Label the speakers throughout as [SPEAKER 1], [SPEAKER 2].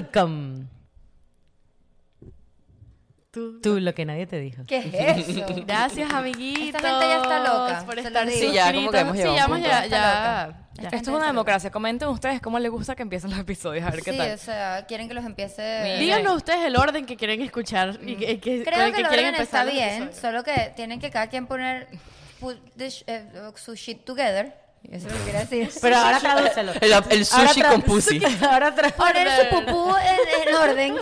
[SPEAKER 1] Welcome. Tú, lo que nadie te dijo.
[SPEAKER 2] ¿Qué es eso?
[SPEAKER 3] Gracias, amiguitos.
[SPEAKER 2] ya está loca,
[SPEAKER 3] Por
[SPEAKER 2] se lo
[SPEAKER 3] estar
[SPEAKER 2] digo. Sí,
[SPEAKER 3] suscritos.
[SPEAKER 4] ya, como que hemos llegado
[SPEAKER 3] Sí,
[SPEAKER 4] a
[SPEAKER 3] ya
[SPEAKER 4] un
[SPEAKER 3] hemos
[SPEAKER 4] punto.
[SPEAKER 3] llegado-
[SPEAKER 2] Está
[SPEAKER 3] ya, ya.
[SPEAKER 2] loca.
[SPEAKER 4] Esto es una democracia. Comenten ustedes cómo les gusta que empiecen los episodios. A ver qué
[SPEAKER 2] Sí,
[SPEAKER 4] tal.
[SPEAKER 2] o sea, quieren que los empiece.
[SPEAKER 4] Mira.
[SPEAKER 3] Díganos ustedes el orden que quieren escuchar y que, y que- con
[SPEAKER 2] Creo
[SPEAKER 3] el
[SPEAKER 2] que,
[SPEAKER 3] que
[SPEAKER 2] el
[SPEAKER 3] quieren
[SPEAKER 2] orden está
[SPEAKER 3] empezar los
[SPEAKER 2] bien,
[SPEAKER 3] episodios.
[SPEAKER 2] solo que tienen que cada quien poner put the sh- eh, su shit together. Eso es lo que quiere decir.
[SPEAKER 1] Pero ahora tradúcelo.
[SPEAKER 4] El, el sushi
[SPEAKER 1] Ahora tra-
[SPEAKER 4] con pussy.
[SPEAKER 1] Ahora tra-
[SPEAKER 2] poner su pupú en, en orden.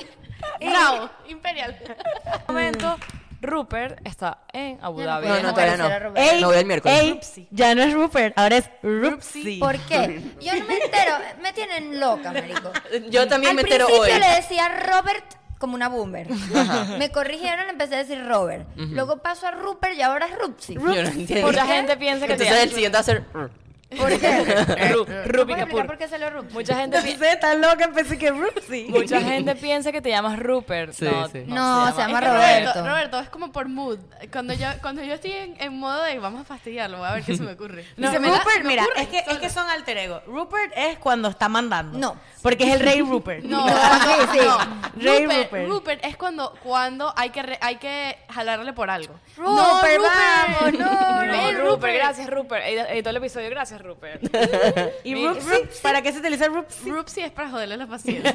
[SPEAKER 2] Y-
[SPEAKER 3] Bravo, Imperial.
[SPEAKER 4] En este momento, Rupert está en Abu
[SPEAKER 2] Ya no
[SPEAKER 4] Dhabi.
[SPEAKER 2] puedo.
[SPEAKER 4] en
[SPEAKER 2] No,
[SPEAKER 4] Abu
[SPEAKER 2] no, todavía
[SPEAKER 4] Dhabi.
[SPEAKER 2] no. Roberto.
[SPEAKER 1] Ey,
[SPEAKER 4] No voy el miércoles.
[SPEAKER 1] ey, ya no es Rupert, ahora es Rupsi.
[SPEAKER 2] ¿Por qué? Yo no me entero, me tienen loca, marico.
[SPEAKER 4] Yo también
[SPEAKER 2] Al
[SPEAKER 4] me entero
[SPEAKER 2] principio
[SPEAKER 4] hoy.
[SPEAKER 2] le decía Robert como una boomer. Me corrigieron, empecé a decir Robert. Luego paso a Rupert y ahora es Rupsi.
[SPEAKER 4] Yo no entiendo.
[SPEAKER 3] Mucha gente piensa que te
[SPEAKER 4] Entonces el siguiente va a ser. "Mm,
[SPEAKER 2] ¿Por qué?
[SPEAKER 4] Ru-
[SPEAKER 2] ¿No
[SPEAKER 4] Rupi
[SPEAKER 2] puedes explicar por
[SPEAKER 4] Kapoor.
[SPEAKER 2] qué salió Rupsi?
[SPEAKER 4] Mucha gente,
[SPEAKER 1] No
[SPEAKER 4] pi-
[SPEAKER 1] sé, tan loca, pensé que Rupsi.
[SPEAKER 4] mucha gente piensa que te llamas Rupert.
[SPEAKER 5] Sí,
[SPEAKER 4] no,
[SPEAKER 5] sí.
[SPEAKER 2] No, se llama
[SPEAKER 3] Es que Roberto.
[SPEAKER 2] Roberto.
[SPEAKER 3] Roberto, es como por mood. Cuando yo, cuando yo estoy en, en modo de vamos a fastidiarlo, voy a ver qué se me ocurre. Y
[SPEAKER 1] No,
[SPEAKER 3] se me da-
[SPEAKER 1] Rupert,
[SPEAKER 3] me
[SPEAKER 1] mira,
[SPEAKER 3] ocurre
[SPEAKER 1] es que, es
[SPEAKER 3] sola.
[SPEAKER 1] que son alter ego. Rupert es cuando está mandando.
[SPEAKER 2] No.
[SPEAKER 1] Porque es el rey Rupert.
[SPEAKER 3] No,
[SPEAKER 1] Sí, sí.
[SPEAKER 3] no,
[SPEAKER 1] Rey
[SPEAKER 3] Rupert,
[SPEAKER 1] Rupert.
[SPEAKER 3] Rupert es cuando, cuando hay, que re- hay que jalarle por algo.
[SPEAKER 2] No, Rupert, vamos, no, Eh,
[SPEAKER 4] No,
[SPEAKER 3] Rey
[SPEAKER 2] no.
[SPEAKER 4] Rupert, gracias Rupert. Ed- Editó el episodio, gracias Rupert.
[SPEAKER 1] ¿Y Rupsi? ¿Para qué se utiliza Rupsi?
[SPEAKER 3] Rupsi es para joderle la paciencia.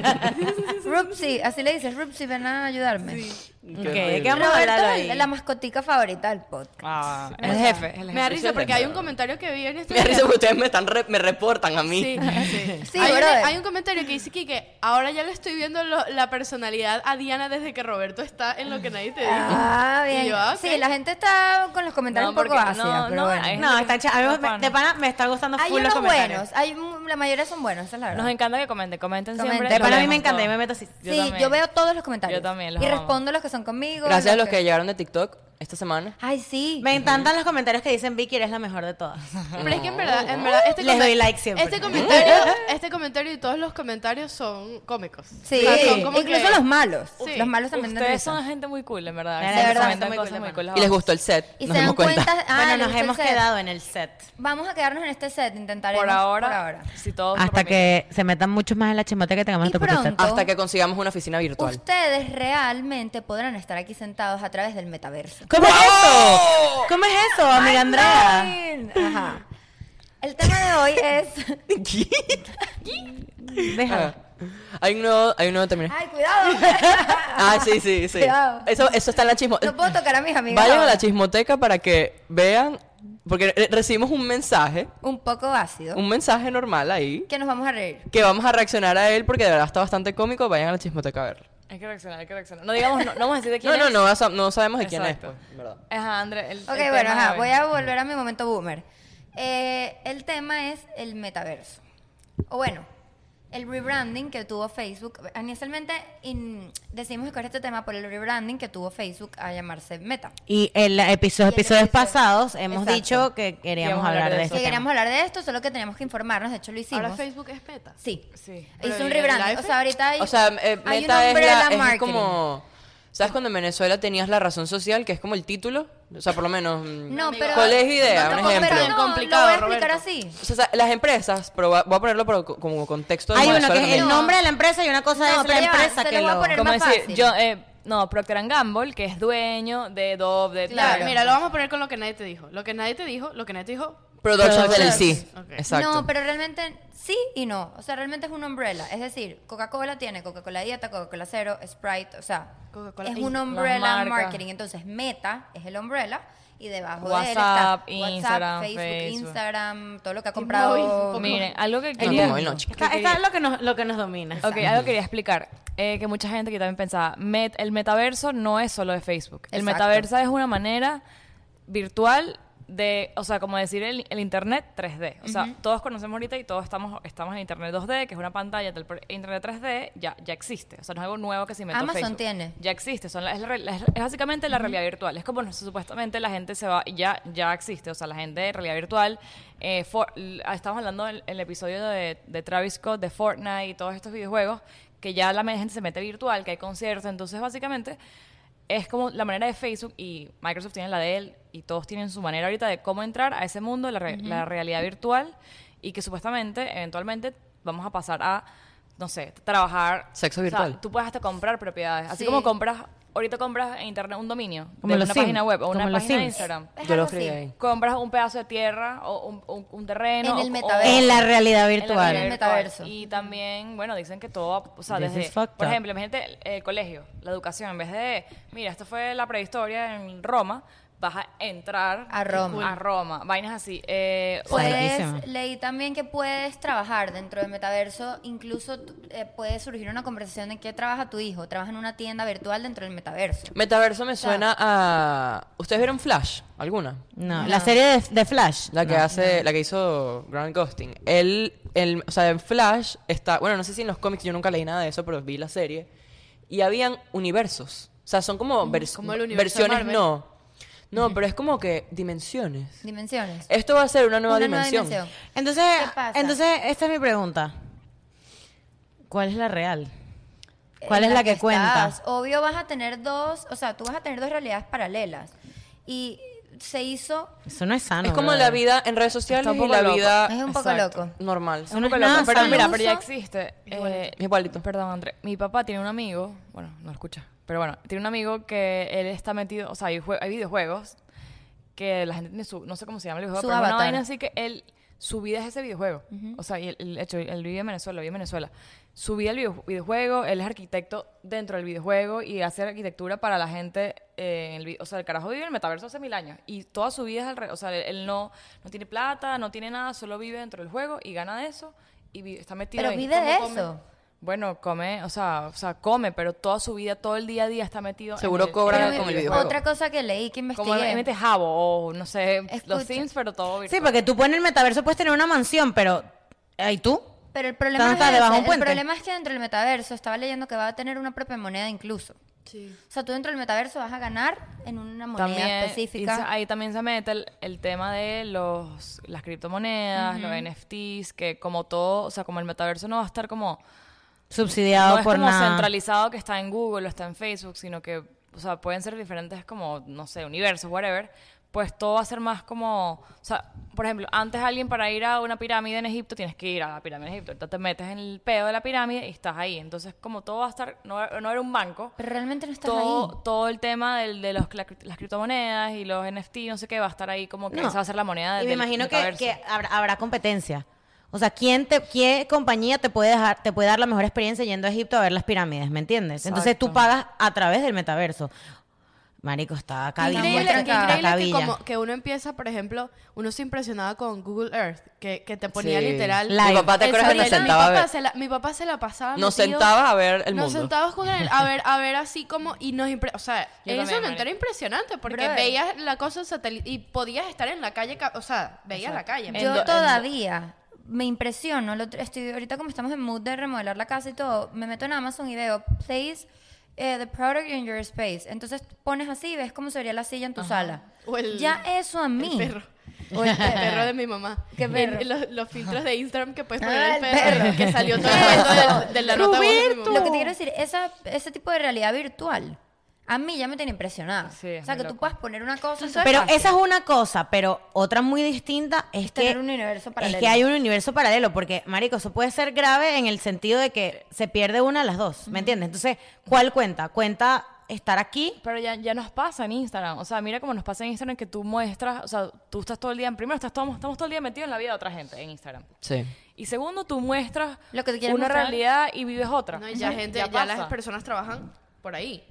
[SPEAKER 2] Rupsi, así le dices, Rupsi, ven a ayudarme.
[SPEAKER 1] Ok, ¿qué vamos a hablar
[SPEAKER 2] Roberto
[SPEAKER 1] ahí?
[SPEAKER 2] es la mascotica favorita del podcast.
[SPEAKER 4] Ah, el jefe, el jefe.
[SPEAKER 3] me da risa porque hay un comentario que vi en este
[SPEAKER 4] Me da risa porque ustedes me, están re- me reportan a mí.
[SPEAKER 3] Sí, sí.
[SPEAKER 2] Sí,
[SPEAKER 3] hay, un,
[SPEAKER 2] brother.
[SPEAKER 3] hay un comentario que dice que ahora ya le estoy viendo lo- la personalidad a Diana desde que Roberto está en lo que nadie te dijo.
[SPEAKER 2] Ah,
[SPEAKER 3] Y
[SPEAKER 2] bien.
[SPEAKER 3] yo, ah, ok.
[SPEAKER 2] Sí, la gente está con los comentarios
[SPEAKER 4] No,
[SPEAKER 2] un poco
[SPEAKER 4] porque-
[SPEAKER 2] ácidos,
[SPEAKER 4] no,
[SPEAKER 2] pero
[SPEAKER 4] no,
[SPEAKER 2] bueno.
[SPEAKER 4] hay-
[SPEAKER 1] No, están ch- a mí me- de pana me está gustando
[SPEAKER 2] Hay
[SPEAKER 1] full los
[SPEAKER 2] unos
[SPEAKER 1] comentarios.
[SPEAKER 2] buenos, hay, mu- la mayoría son buenos, esa es la verdad.
[SPEAKER 4] Nos encanta que comenten, comenten
[SPEAKER 2] Comenten.
[SPEAKER 4] siempre.
[SPEAKER 1] De
[SPEAKER 4] Lo
[SPEAKER 1] pana a mí
[SPEAKER 4] leemos
[SPEAKER 1] me encanta,
[SPEAKER 4] todo.
[SPEAKER 1] yo me meto así.
[SPEAKER 2] sí, yo veo todos los comentarios.
[SPEAKER 4] Yo también los
[SPEAKER 2] Y
[SPEAKER 4] amo.
[SPEAKER 2] respondo los que son conmigo.
[SPEAKER 4] Gracias a los que llegaron de TikTok esta semana.
[SPEAKER 2] Ay, sí.
[SPEAKER 1] Me encantan los comentarios que dicen Vicky, eres la mejor de todas.
[SPEAKER 3] Pero es que en verdad, en verdad este
[SPEAKER 1] Les doy
[SPEAKER 3] comen-
[SPEAKER 1] like siempre.
[SPEAKER 3] Este comentario, este comentario y todos los comentarios son cómicos.
[SPEAKER 2] Sí,
[SPEAKER 3] O
[SPEAKER 4] Ah,
[SPEAKER 3] sea, son como
[SPEAKER 2] incluso
[SPEAKER 3] que-
[SPEAKER 2] los malos.
[SPEAKER 3] Sí.
[SPEAKER 2] Los malos también dan
[SPEAKER 4] Ustedes
[SPEAKER 2] risa.
[SPEAKER 4] son gente muy cool, en verdad.
[SPEAKER 1] De
[SPEAKER 4] Siempre
[SPEAKER 2] verdad,
[SPEAKER 4] comentan
[SPEAKER 1] son muy
[SPEAKER 4] cosas
[SPEAKER 1] cool,
[SPEAKER 4] muy
[SPEAKER 1] de
[SPEAKER 4] cool.
[SPEAKER 1] pana.
[SPEAKER 4] Y les gustó el set.
[SPEAKER 2] Y
[SPEAKER 4] nos
[SPEAKER 2] se dan
[SPEAKER 4] dimos cuenta.
[SPEAKER 2] cuenta. Ah,
[SPEAKER 1] bueno,
[SPEAKER 2] les
[SPEAKER 1] nos
[SPEAKER 2] gusta el
[SPEAKER 1] hemos
[SPEAKER 2] set.
[SPEAKER 1] quedado en el set.
[SPEAKER 2] Vamos a quedarnos en este set, intentaremos.
[SPEAKER 4] Por ahora, si todo se
[SPEAKER 1] Hasta
[SPEAKER 4] permite.
[SPEAKER 1] que se metan muchos más en la chimote que tengamos
[SPEAKER 2] Y
[SPEAKER 1] nuestro propio set.
[SPEAKER 2] pronto.
[SPEAKER 4] Hasta que consigamos una oficina virtual.
[SPEAKER 2] Ustedes realmente podrán estar aquí sentados a través del metaverso.
[SPEAKER 1] ¿Cómo es eso? ¿Cómo es eso, amiga Andrea?
[SPEAKER 2] Ajá. El tema de hoy es.
[SPEAKER 1] Déjalo.
[SPEAKER 4] Ah. Hay un nuevo, hay un nuevo término.
[SPEAKER 2] Ay, cuidado.
[SPEAKER 4] Ah, sí, sí, sí.
[SPEAKER 2] Cuidado.
[SPEAKER 4] Eso, eso está en la chismo.
[SPEAKER 2] No puedo tocar a mis amigos.
[SPEAKER 4] Vayan a
[SPEAKER 2] ahora.
[SPEAKER 4] la chismoteca para que vean, porque re- recibimos un mensaje,
[SPEAKER 2] Un poco ácido.
[SPEAKER 4] un mensaje normal ahí,
[SPEAKER 2] Que nos vamos a reír.
[SPEAKER 4] que vamos a reaccionar a él porque de verdad está bastante cómico. Vayan a la chismoteca a verlo.
[SPEAKER 3] Hay que reaccionar, hay que reaccionar.
[SPEAKER 4] No digamos, no, no vamos a decir de quién No, no, es.
[SPEAKER 5] es?
[SPEAKER 4] no, vas a- no sabemos de quién
[SPEAKER 5] Exacto.
[SPEAKER 4] es. pues, en verdad.
[SPEAKER 3] Ajá, André. El,
[SPEAKER 2] Ok,
[SPEAKER 3] el
[SPEAKER 2] bueno,
[SPEAKER 3] tema
[SPEAKER 2] ajá,
[SPEAKER 3] de
[SPEAKER 2] voy
[SPEAKER 3] hoy.
[SPEAKER 2] a volver a mi momento boomer. Eh, el tema es el metaverso. O bueno, el rebranding que tuvo Facebook. Inicialmente in- decidimos escoger este tema por el rebranding que tuvo Facebook a llamarse Meta.
[SPEAKER 1] Y en la- episo-
[SPEAKER 2] el
[SPEAKER 1] episodios
[SPEAKER 2] episodio.
[SPEAKER 1] pasados hemos
[SPEAKER 2] Exacto.
[SPEAKER 1] dicho que queríamos
[SPEAKER 4] Íbamos a
[SPEAKER 1] hablar de este
[SPEAKER 4] eso.
[SPEAKER 1] esto.
[SPEAKER 2] Que queríamos hablar de esto, solo que teníamos que informarnos, de hecho lo hicimos.
[SPEAKER 3] Ahora Facebook es meta.
[SPEAKER 2] Sí.
[SPEAKER 3] Sí. Pero
[SPEAKER 2] Hizo un
[SPEAKER 3] ¿y el
[SPEAKER 2] rebranding. O
[SPEAKER 3] live?
[SPEAKER 2] sea, ahorita hay,
[SPEAKER 4] O sea, eh,
[SPEAKER 2] hay un
[SPEAKER 4] Meta es, la-
[SPEAKER 2] umbrella
[SPEAKER 4] es
[SPEAKER 2] marketing.
[SPEAKER 4] como... ¿Sabes cuando en Venezuela tenías la razón social, que es como el título? O sea, por lo menos... mm,
[SPEAKER 2] No, pero...
[SPEAKER 4] ¿Cuál es la idea?
[SPEAKER 2] No,
[SPEAKER 4] Un
[SPEAKER 2] no,
[SPEAKER 4] ejemplo.
[SPEAKER 2] Pero no,
[SPEAKER 3] Complicado,
[SPEAKER 2] lo voy a explicar
[SPEAKER 3] Roberto.
[SPEAKER 2] así.
[SPEAKER 4] O sea, sa- las empresas, pero va- voy a ponerlo por- como contexto de
[SPEAKER 1] Hay uno
[SPEAKER 4] Venezuela
[SPEAKER 1] que es el
[SPEAKER 4] también.
[SPEAKER 2] No.
[SPEAKER 1] nombre de la empresa y una cosa
[SPEAKER 2] No,
[SPEAKER 1] es
[SPEAKER 2] pero
[SPEAKER 1] la
[SPEAKER 2] ya va,
[SPEAKER 1] empresa
[SPEAKER 2] se
[SPEAKER 1] que
[SPEAKER 2] lo voy a
[SPEAKER 1] lo...
[SPEAKER 2] poner-
[SPEAKER 4] Como
[SPEAKER 2] más
[SPEAKER 4] decir,
[SPEAKER 2] fácil.
[SPEAKER 4] yo... eh, no, Procter Gamble, que es dueño de Dove, de...
[SPEAKER 3] Claro,
[SPEAKER 2] Claro.
[SPEAKER 3] mira, lo vamos a poner con lo que nadie te dijo. Lo que nadie te dijo, lo que nadie te dijo.
[SPEAKER 4] Productions LLC.
[SPEAKER 3] Ok.
[SPEAKER 4] Exacto.
[SPEAKER 2] No, pero realmente sí y no. O sea, realmente es una umbrella. Es decir, Coca-Cola tiene Coca-Cola Dieta, Coca-Cola Cero, Sprite. O sea,
[SPEAKER 3] Coca-Cola
[SPEAKER 2] es
[SPEAKER 3] Inc.
[SPEAKER 2] un
[SPEAKER 4] Las
[SPEAKER 2] umbrella
[SPEAKER 4] marcas.
[SPEAKER 2] marketing. Entonces, Meta es el umbrella y debajo de él está
[SPEAKER 4] WhatsApp,
[SPEAKER 2] WhatsApp,
[SPEAKER 4] Instagram,
[SPEAKER 2] Facebook,
[SPEAKER 4] Facebook.
[SPEAKER 2] Instagram, todo lo que ha
[SPEAKER 3] móvil, un
[SPEAKER 2] comprado.
[SPEAKER 3] poco.
[SPEAKER 4] Miren, algo que No, quería... móvil no, chica.
[SPEAKER 1] Está, está lo, que nos, lo que nos domina.
[SPEAKER 4] Ok, algo quería explicar. eh, que mucha gente que también pensaba, met- el metaverso no es solo de Facebook. El
[SPEAKER 2] Exacto.
[SPEAKER 4] metaverso es una manera virtual de, o sea, como decir el, el Internet 3D. O sea, todos conocemos ahorita y todos estamos, estamos en Internet 2D, que es una pantalla, tal, pero Internet 3D ya, ya existe. O sea, no es algo nuevo que se inventó
[SPEAKER 2] Amazon
[SPEAKER 4] Facebook.
[SPEAKER 2] tiene.
[SPEAKER 4] Ya existe. Son la- es, la re- la- es básicamente la realidad virtual. Es como no sé, supuestamente la gente se va, ya, ya existe. O sea, la gente de realidad virtual. eh, For- l- ah, estamos hablando en el episodio de, de Travis Scott, de Fortnite y todos estos videojuegos, que ya la me- gente se mete virtual, que hay conciertos. Entonces, básicamente, es como la manera de Facebook y Microsoft tiene la de él y todos tienen su manera ahorita de cómo entrar a ese mundo, la, re- la realidad virtual y que supuestamente, eventualmente, vamos a pasar a no sé, trabajar.
[SPEAKER 1] Sexo
[SPEAKER 4] o sea,
[SPEAKER 1] virtual.
[SPEAKER 4] tú puedes hasta comprar propiedades. Así
[SPEAKER 2] Sí.
[SPEAKER 4] como compras, ahorita compras en internet un dominio
[SPEAKER 1] Como
[SPEAKER 4] de
[SPEAKER 1] los
[SPEAKER 4] una
[SPEAKER 1] Sims,
[SPEAKER 4] página web o una
[SPEAKER 1] como los
[SPEAKER 4] página de
[SPEAKER 1] Sims.
[SPEAKER 4] Instagram.
[SPEAKER 2] Es
[SPEAKER 1] Yo lo
[SPEAKER 2] algo así.
[SPEAKER 1] escribí ahí.
[SPEAKER 4] Compras un pedazo de tierra o un, un- un terreno.
[SPEAKER 2] En el
[SPEAKER 4] o-
[SPEAKER 2] metaverso.
[SPEAKER 4] o-
[SPEAKER 2] En
[SPEAKER 1] la
[SPEAKER 4] en
[SPEAKER 1] realidad
[SPEAKER 4] la
[SPEAKER 1] virtual.
[SPEAKER 4] realidad
[SPEAKER 2] En el metaverso.
[SPEAKER 4] Y también, bueno, dicen que todo, o sea,
[SPEAKER 1] This
[SPEAKER 4] desde,
[SPEAKER 1] is fucked
[SPEAKER 4] por
[SPEAKER 1] up.
[SPEAKER 4] ejemplo, imagínate el, el colegio, la educación, en vez de, mira, esto fue la prehistoria en Roma, vas a entrar
[SPEAKER 2] A Roma.
[SPEAKER 4] a Roma, vainas así. Eh,
[SPEAKER 1] Pues,
[SPEAKER 2] Puedes,
[SPEAKER 1] Santísima.
[SPEAKER 2] leí también que puedes trabajar dentro del metaverso, incluso tú- eh, puede surgir una conversación en qué trabaja tu hijo, trabaja en una tienda virtual dentro del metaverso.
[SPEAKER 5] Metaverso me suena a. ¿Ustedes vieron Flash? ¿Alguna?
[SPEAKER 1] No, la serie de, de Flash.
[SPEAKER 5] La que hace, la que hizo Grant Gustin. Él, él- o sea, en Flash está, bueno, no sé si en los cómics yo nunca leí nada de eso, pero vi la serie y habían universos. O sea, son como, vers-
[SPEAKER 3] como el universo de
[SPEAKER 5] versiones
[SPEAKER 3] Marvel.
[SPEAKER 5] no. No, pero es como que dimensiones.
[SPEAKER 2] Dimensiones.
[SPEAKER 5] Esto va a ser una nueva
[SPEAKER 2] Una nueva
[SPEAKER 5] dimensión.
[SPEAKER 2] dimensión.
[SPEAKER 1] Entonces,
[SPEAKER 2] ¿Qué pasa?
[SPEAKER 1] entonces esta es mi pregunta. ¿Cuál es la real? ¿Cuál es la que cuenta?
[SPEAKER 2] estás. Obvio vas a tener dos, o sea, tú vas a tener dos realidades paralelas. Y se hizo,
[SPEAKER 1] Eso no es sano.
[SPEAKER 5] es como
[SPEAKER 1] brother.
[SPEAKER 5] la vida en redes sociales
[SPEAKER 4] Está un
[SPEAKER 5] y
[SPEAKER 4] poco
[SPEAKER 5] la
[SPEAKER 4] loco.
[SPEAKER 5] vida
[SPEAKER 2] es un poco
[SPEAKER 4] Exacto.
[SPEAKER 2] loco.
[SPEAKER 5] normal.
[SPEAKER 1] Es un-
[SPEAKER 4] Pero,
[SPEAKER 1] nada
[SPEAKER 4] pero
[SPEAKER 1] sano.
[SPEAKER 4] mira, pero ya
[SPEAKER 2] Uso.
[SPEAKER 4] existe. Eh,
[SPEAKER 5] Igualito. Igualito.
[SPEAKER 4] Perdón, André. Mi papá tiene un amigo, bueno, no lo escucha, pero bueno, tiene un amigo que él está metido, o sea, hay, jue- hay videojuegos que la gente tiene su, no sé cómo se llama el videojuego,
[SPEAKER 2] Su
[SPEAKER 4] pero es una
[SPEAKER 2] avatar.
[SPEAKER 4] vaina así que él, su vida es ese videojuego. O sea, y él, él- de hecho, él vive en Venezuela, vive en Venezuela. Su vida es el video- videojuego, él es arquitecto dentro del videojuego y hace arquitectura para la gente. eh, en el vi- o sea, el carajo vive en el metaverso hace mil años y toda su vida es alrededor. O sea, él, él no, no tiene plata, no tiene nada, solo vive dentro del juego y gana de eso y vi- está metido
[SPEAKER 2] Pero
[SPEAKER 4] ahí.
[SPEAKER 2] vive de
[SPEAKER 4] ¿Cómo come?
[SPEAKER 2] eso.
[SPEAKER 4] Bueno, come, o sea, o sea, come, pero toda su vida, todo el día a día está metido. en
[SPEAKER 5] Seguro
[SPEAKER 4] el-
[SPEAKER 5] cobran
[SPEAKER 4] en
[SPEAKER 5] con el videojuego.
[SPEAKER 2] Otra cosa que leí, que investigué.
[SPEAKER 4] Como mete jabo o no sé, los
[SPEAKER 2] Escucha.
[SPEAKER 4] Sims, pero todo virtual.
[SPEAKER 1] Sí, porque tú pones el metaverso, puedes tener una mansión, pero. ¿Y tú?
[SPEAKER 2] Pero el problema,
[SPEAKER 1] Estás
[SPEAKER 2] no es
[SPEAKER 1] debajo de un
[SPEAKER 2] ese. el
[SPEAKER 1] puente.
[SPEAKER 2] problema es que dentro del metaverso, estaba leyendo que va a tener una propia moneda incluso.
[SPEAKER 3] Sí.
[SPEAKER 2] O sea, tú dentro del metaverso vas a ganar en una moneda
[SPEAKER 4] y se-
[SPEAKER 2] específica.
[SPEAKER 4] ahí también se mete el, el tema de los las criptomonedas, los NFTs, que como todo, o sea, como el metaverso no va a estar como
[SPEAKER 1] Subsidiado
[SPEAKER 4] no es
[SPEAKER 1] por
[SPEAKER 4] como
[SPEAKER 1] nada.
[SPEAKER 4] centralizado que está en Google o está en Facebook, sino que, o sea, pueden ser diferentes como, no sé, universos, whatever, pues todo va a ser más como, o sea, por ejemplo, antes alguien para ir a una pirámide en Egipto tienes que ir a la pirámide en Egipto, ahorita te metes en el pedo de la pirámide y estás ahí, entonces como todo va a estar, no, no era un banco,
[SPEAKER 2] Pero realmente no estás
[SPEAKER 4] todo,
[SPEAKER 2] ahí.
[SPEAKER 4] todo el tema del- de los, cla- las criptomonedas y los NFT, no sé qué, va a estar ahí como que
[SPEAKER 1] No.
[SPEAKER 4] esa va a ser la moneda
[SPEAKER 1] Y me
[SPEAKER 4] del
[SPEAKER 1] imagino que,
[SPEAKER 4] metaverso.
[SPEAKER 1] que habrá, habrá competencia. O sea, ¿quién te, ¿qué compañía te puede, dejar, te puede dar la mejor experiencia yendo a Egipto a ver las pirámides? ¿Me entiendes? Entonces tú
[SPEAKER 4] Exacto.
[SPEAKER 1] pagas a través del metaverso. Marico, está cabilla.
[SPEAKER 3] Increíble,
[SPEAKER 2] muestra
[SPEAKER 3] qué
[SPEAKER 2] cada
[SPEAKER 3] increíble que, como, que uno empieza, por ejemplo, uno se impresionaba con Google Earth, que, que te ponía
[SPEAKER 5] Sí.
[SPEAKER 3] literal.
[SPEAKER 1] La- Live.
[SPEAKER 5] Mi papá te
[SPEAKER 3] el
[SPEAKER 5] acuerdas que nos
[SPEAKER 3] satélite.
[SPEAKER 5] sentaba a
[SPEAKER 3] mi, papá
[SPEAKER 5] ver.
[SPEAKER 3] se la, mi papá se la pasaba.
[SPEAKER 5] Nos
[SPEAKER 3] metido-
[SPEAKER 5] sentaba a ver el
[SPEAKER 3] Nos
[SPEAKER 5] mundo.
[SPEAKER 3] sentabas con él a ver, a ver así como. Y nos impre- O sea,
[SPEAKER 4] Yo
[SPEAKER 3] en ese
[SPEAKER 4] también,
[SPEAKER 3] momento
[SPEAKER 4] marica.
[SPEAKER 3] era impresionante porque
[SPEAKER 2] Brother.
[SPEAKER 3] veías la cosa satélite y podías estar en la calle. ca- O sea, veías la calle.
[SPEAKER 4] En do-
[SPEAKER 2] Yo
[SPEAKER 4] en do-
[SPEAKER 2] todavía me impresiono. el otro- estoy, ahorita como estamos en mood de remodelar la casa y todo, me meto en Amazon y veo, place eh, the product in your space. Entonces pones así y ves cómo sería la silla en tu sala.
[SPEAKER 3] O el-
[SPEAKER 2] ya eso a mí.
[SPEAKER 3] El perro. O el, el perro de mi mamá.
[SPEAKER 2] ¿Qué
[SPEAKER 3] En-
[SPEAKER 2] perro?
[SPEAKER 3] en los, los filtros de Instagram que puedes
[SPEAKER 2] Ah,
[SPEAKER 3] poner el
[SPEAKER 2] el
[SPEAKER 3] perro,
[SPEAKER 2] perro.
[SPEAKER 3] Que salió todo el cuento de, de la nota de voz de mi
[SPEAKER 1] Roberto.
[SPEAKER 3] mamá.
[SPEAKER 2] Lo que te quiero decir, esa, ese tipo de realidad virtual, a mí ya me tiene impresionada.
[SPEAKER 4] Sí, es
[SPEAKER 2] o sea,
[SPEAKER 4] muy
[SPEAKER 2] que tú
[SPEAKER 4] loco.
[SPEAKER 2] puedas poner una cosa. eso es
[SPEAKER 1] Pero
[SPEAKER 2] fácil.
[SPEAKER 1] esa es una cosa, pero otra muy distinta es que
[SPEAKER 2] tener un universo
[SPEAKER 1] Es
[SPEAKER 2] paralelo.
[SPEAKER 1] que hay un universo paralelo porque marico, eso puede ser grave en el sentido de que se pierde una de las dos, ¿me entiendes? Entonces, ¿cuál cuenta? Cuenta estar aquí
[SPEAKER 4] Pero ya, ya nos pasa en Instagram. O sea, mira cómo nos pasa en Instagram que tú muestras, o sea, tú estás todo el día, primero estás todo- estamos todo el día metidos en la vida de otra gente en Instagram.
[SPEAKER 5] Sí.
[SPEAKER 4] Y segundo, tú muestras
[SPEAKER 2] Lo que te
[SPEAKER 4] una
[SPEAKER 2] quieres mostrar.
[SPEAKER 4] realidad y vives otra.
[SPEAKER 3] No, y ya, gente, ya,
[SPEAKER 4] pasa.
[SPEAKER 3] las personas trabajan por ahí.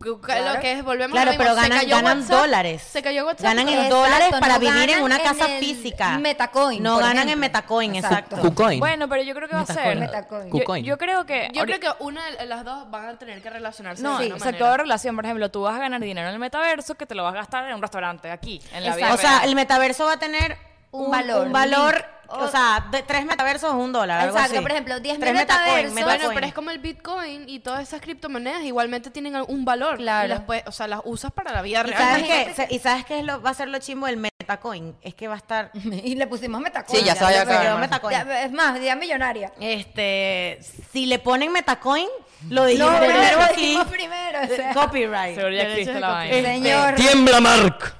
[SPEAKER 3] Lo
[SPEAKER 2] Claro.
[SPEAKER 3] que es, volvemos a
[SPEAKER 1] Claro,
[SPEAKER 3] lo mismo,
[SPEAKER 1] pero
[SPEAKER 3] se
[SPEAKER 1] ganan,
[SPEAKER 3] cayó
[SPEAKER 1] ganan
[SPEAKER 3] WhatsApp,
[SPEAKER 1] dólares.
[SPEAKER 3] Se cayó WhatsApp.
[SPEAKER 1] Ganan en
[SPEAKER 2] Exacto,
[SPEAKER 1] dólares
[SPEAKER 2] no
[SPEAKER 1] para vivir en
[SPEAKER 2] ganan
[SPEAKER 1] una
[SPEAKER 2] en
[SPEAKER 1] casa
[SPEAKER 2] el
[SPEAKER 1] física.
[SPEAKER 2] Metacoin,
[SPEAKER 1] No
[SPEAKER 2] por
[SPEAKER 1] ganan en
[SPEAKER 2] ejemplo.
[SPEAKER 1] Metacoin, exacto.
[SPEAKER 2] Exacto.
[SPEAKER 5] KuCoin.
[SPEAKER 4] Bueno, pero yo creo que va a ser.
[SPEAKER 2] Metacoin.
[SPEAKER 4] Yo,
[SPEAKER 5] KuCoin.
[SPEAKER 4] yo creo que.
[SPEAKER 3] Yo creo
[SPEAKER 4] ahorita-
[SPEAKER 3] que una de las dos van a tener que relacionarse.
[SPEAKER 4] No,
[SPEAKER 3] de
[SPEAKER 4] o
[SPEAKER 3] alguna
[SPEAKER 4] sea,
[SPEAKER 3] manera.
[SPEAKER 4] toda relación. Por ejemplo, tú vas a ganar dinero en el metaverso que te lo vas a gastar en un restaurante aquí, en la vida.
[SPEAKER 1] O sea,
[SPEAKER 4] real.
[SPEAKER 1] el metaverso va a tener un,
[SPEAKER 2] Un
[SPEAKER 1] un valor.
[SPEAKER 2] valor.
[SPEAKER 1] o sea, de tres metaversos es un dólar. algo
[SPEAKER 2] Exacto,
[SPEAKER 1] así.
[SPEAKER 2] por ejemplo, 10.000
[SPEAKER 1] Tres metacoin,
[SPEAKER 2] metaversos.
[SPEAKER 1] metacoin.
[SPEAKER 3] Bueno, pero es como el Bitcoin y todas esas criptomonedas igualmente tienen al- un valor.
[SPEAKER 2] Claro.
[SPEAKER 3] Y las puedes- o sea, las usas para la
[SPEAKER 1] ¿Y
[SPEAKER 3] vida real.
[SPEAKER 1] sabes,
[SPEAKER 3] Imagínate
[SPEAKER 1] qué? Se- ¿Y sabes qué es lo, va a ser lo chimbo del metacoin? Es que va a estar...
[SPEAKER 2] y le pusimos Metacoin.
[SPEAKER 5] Sí, ya sabía
[SPEAKER 1] se quedó
[SPEAKER 5] que-
[SPEAKER 1] metacoin.
[SPEAKER 2] Ya, es más, día millonaria.
[SPEAKER 1] Este, si le ponen metacoin, lo dijimos
[SPEAKER 2] No,
[SPEAKER 1] primero
[SPEAKER 2] primero,
[SPEAKER 1] aquí. eh,
[SPEAKER 2] dijimos primero. o sea.
[SPEAKER 1] Copyright.
[SPEAKER 4] Seguro ya
[SPEAKER 3] Derechos
[SPEAKER 4] existe
[SPEAKER 3] de
[SPEAKER 4] la
[SPEAKER 3] copia.
[SPEAKER 4] vaina.
[SPEAKER 2] Señor.
[SPEAKER 5] Tiembla Mark.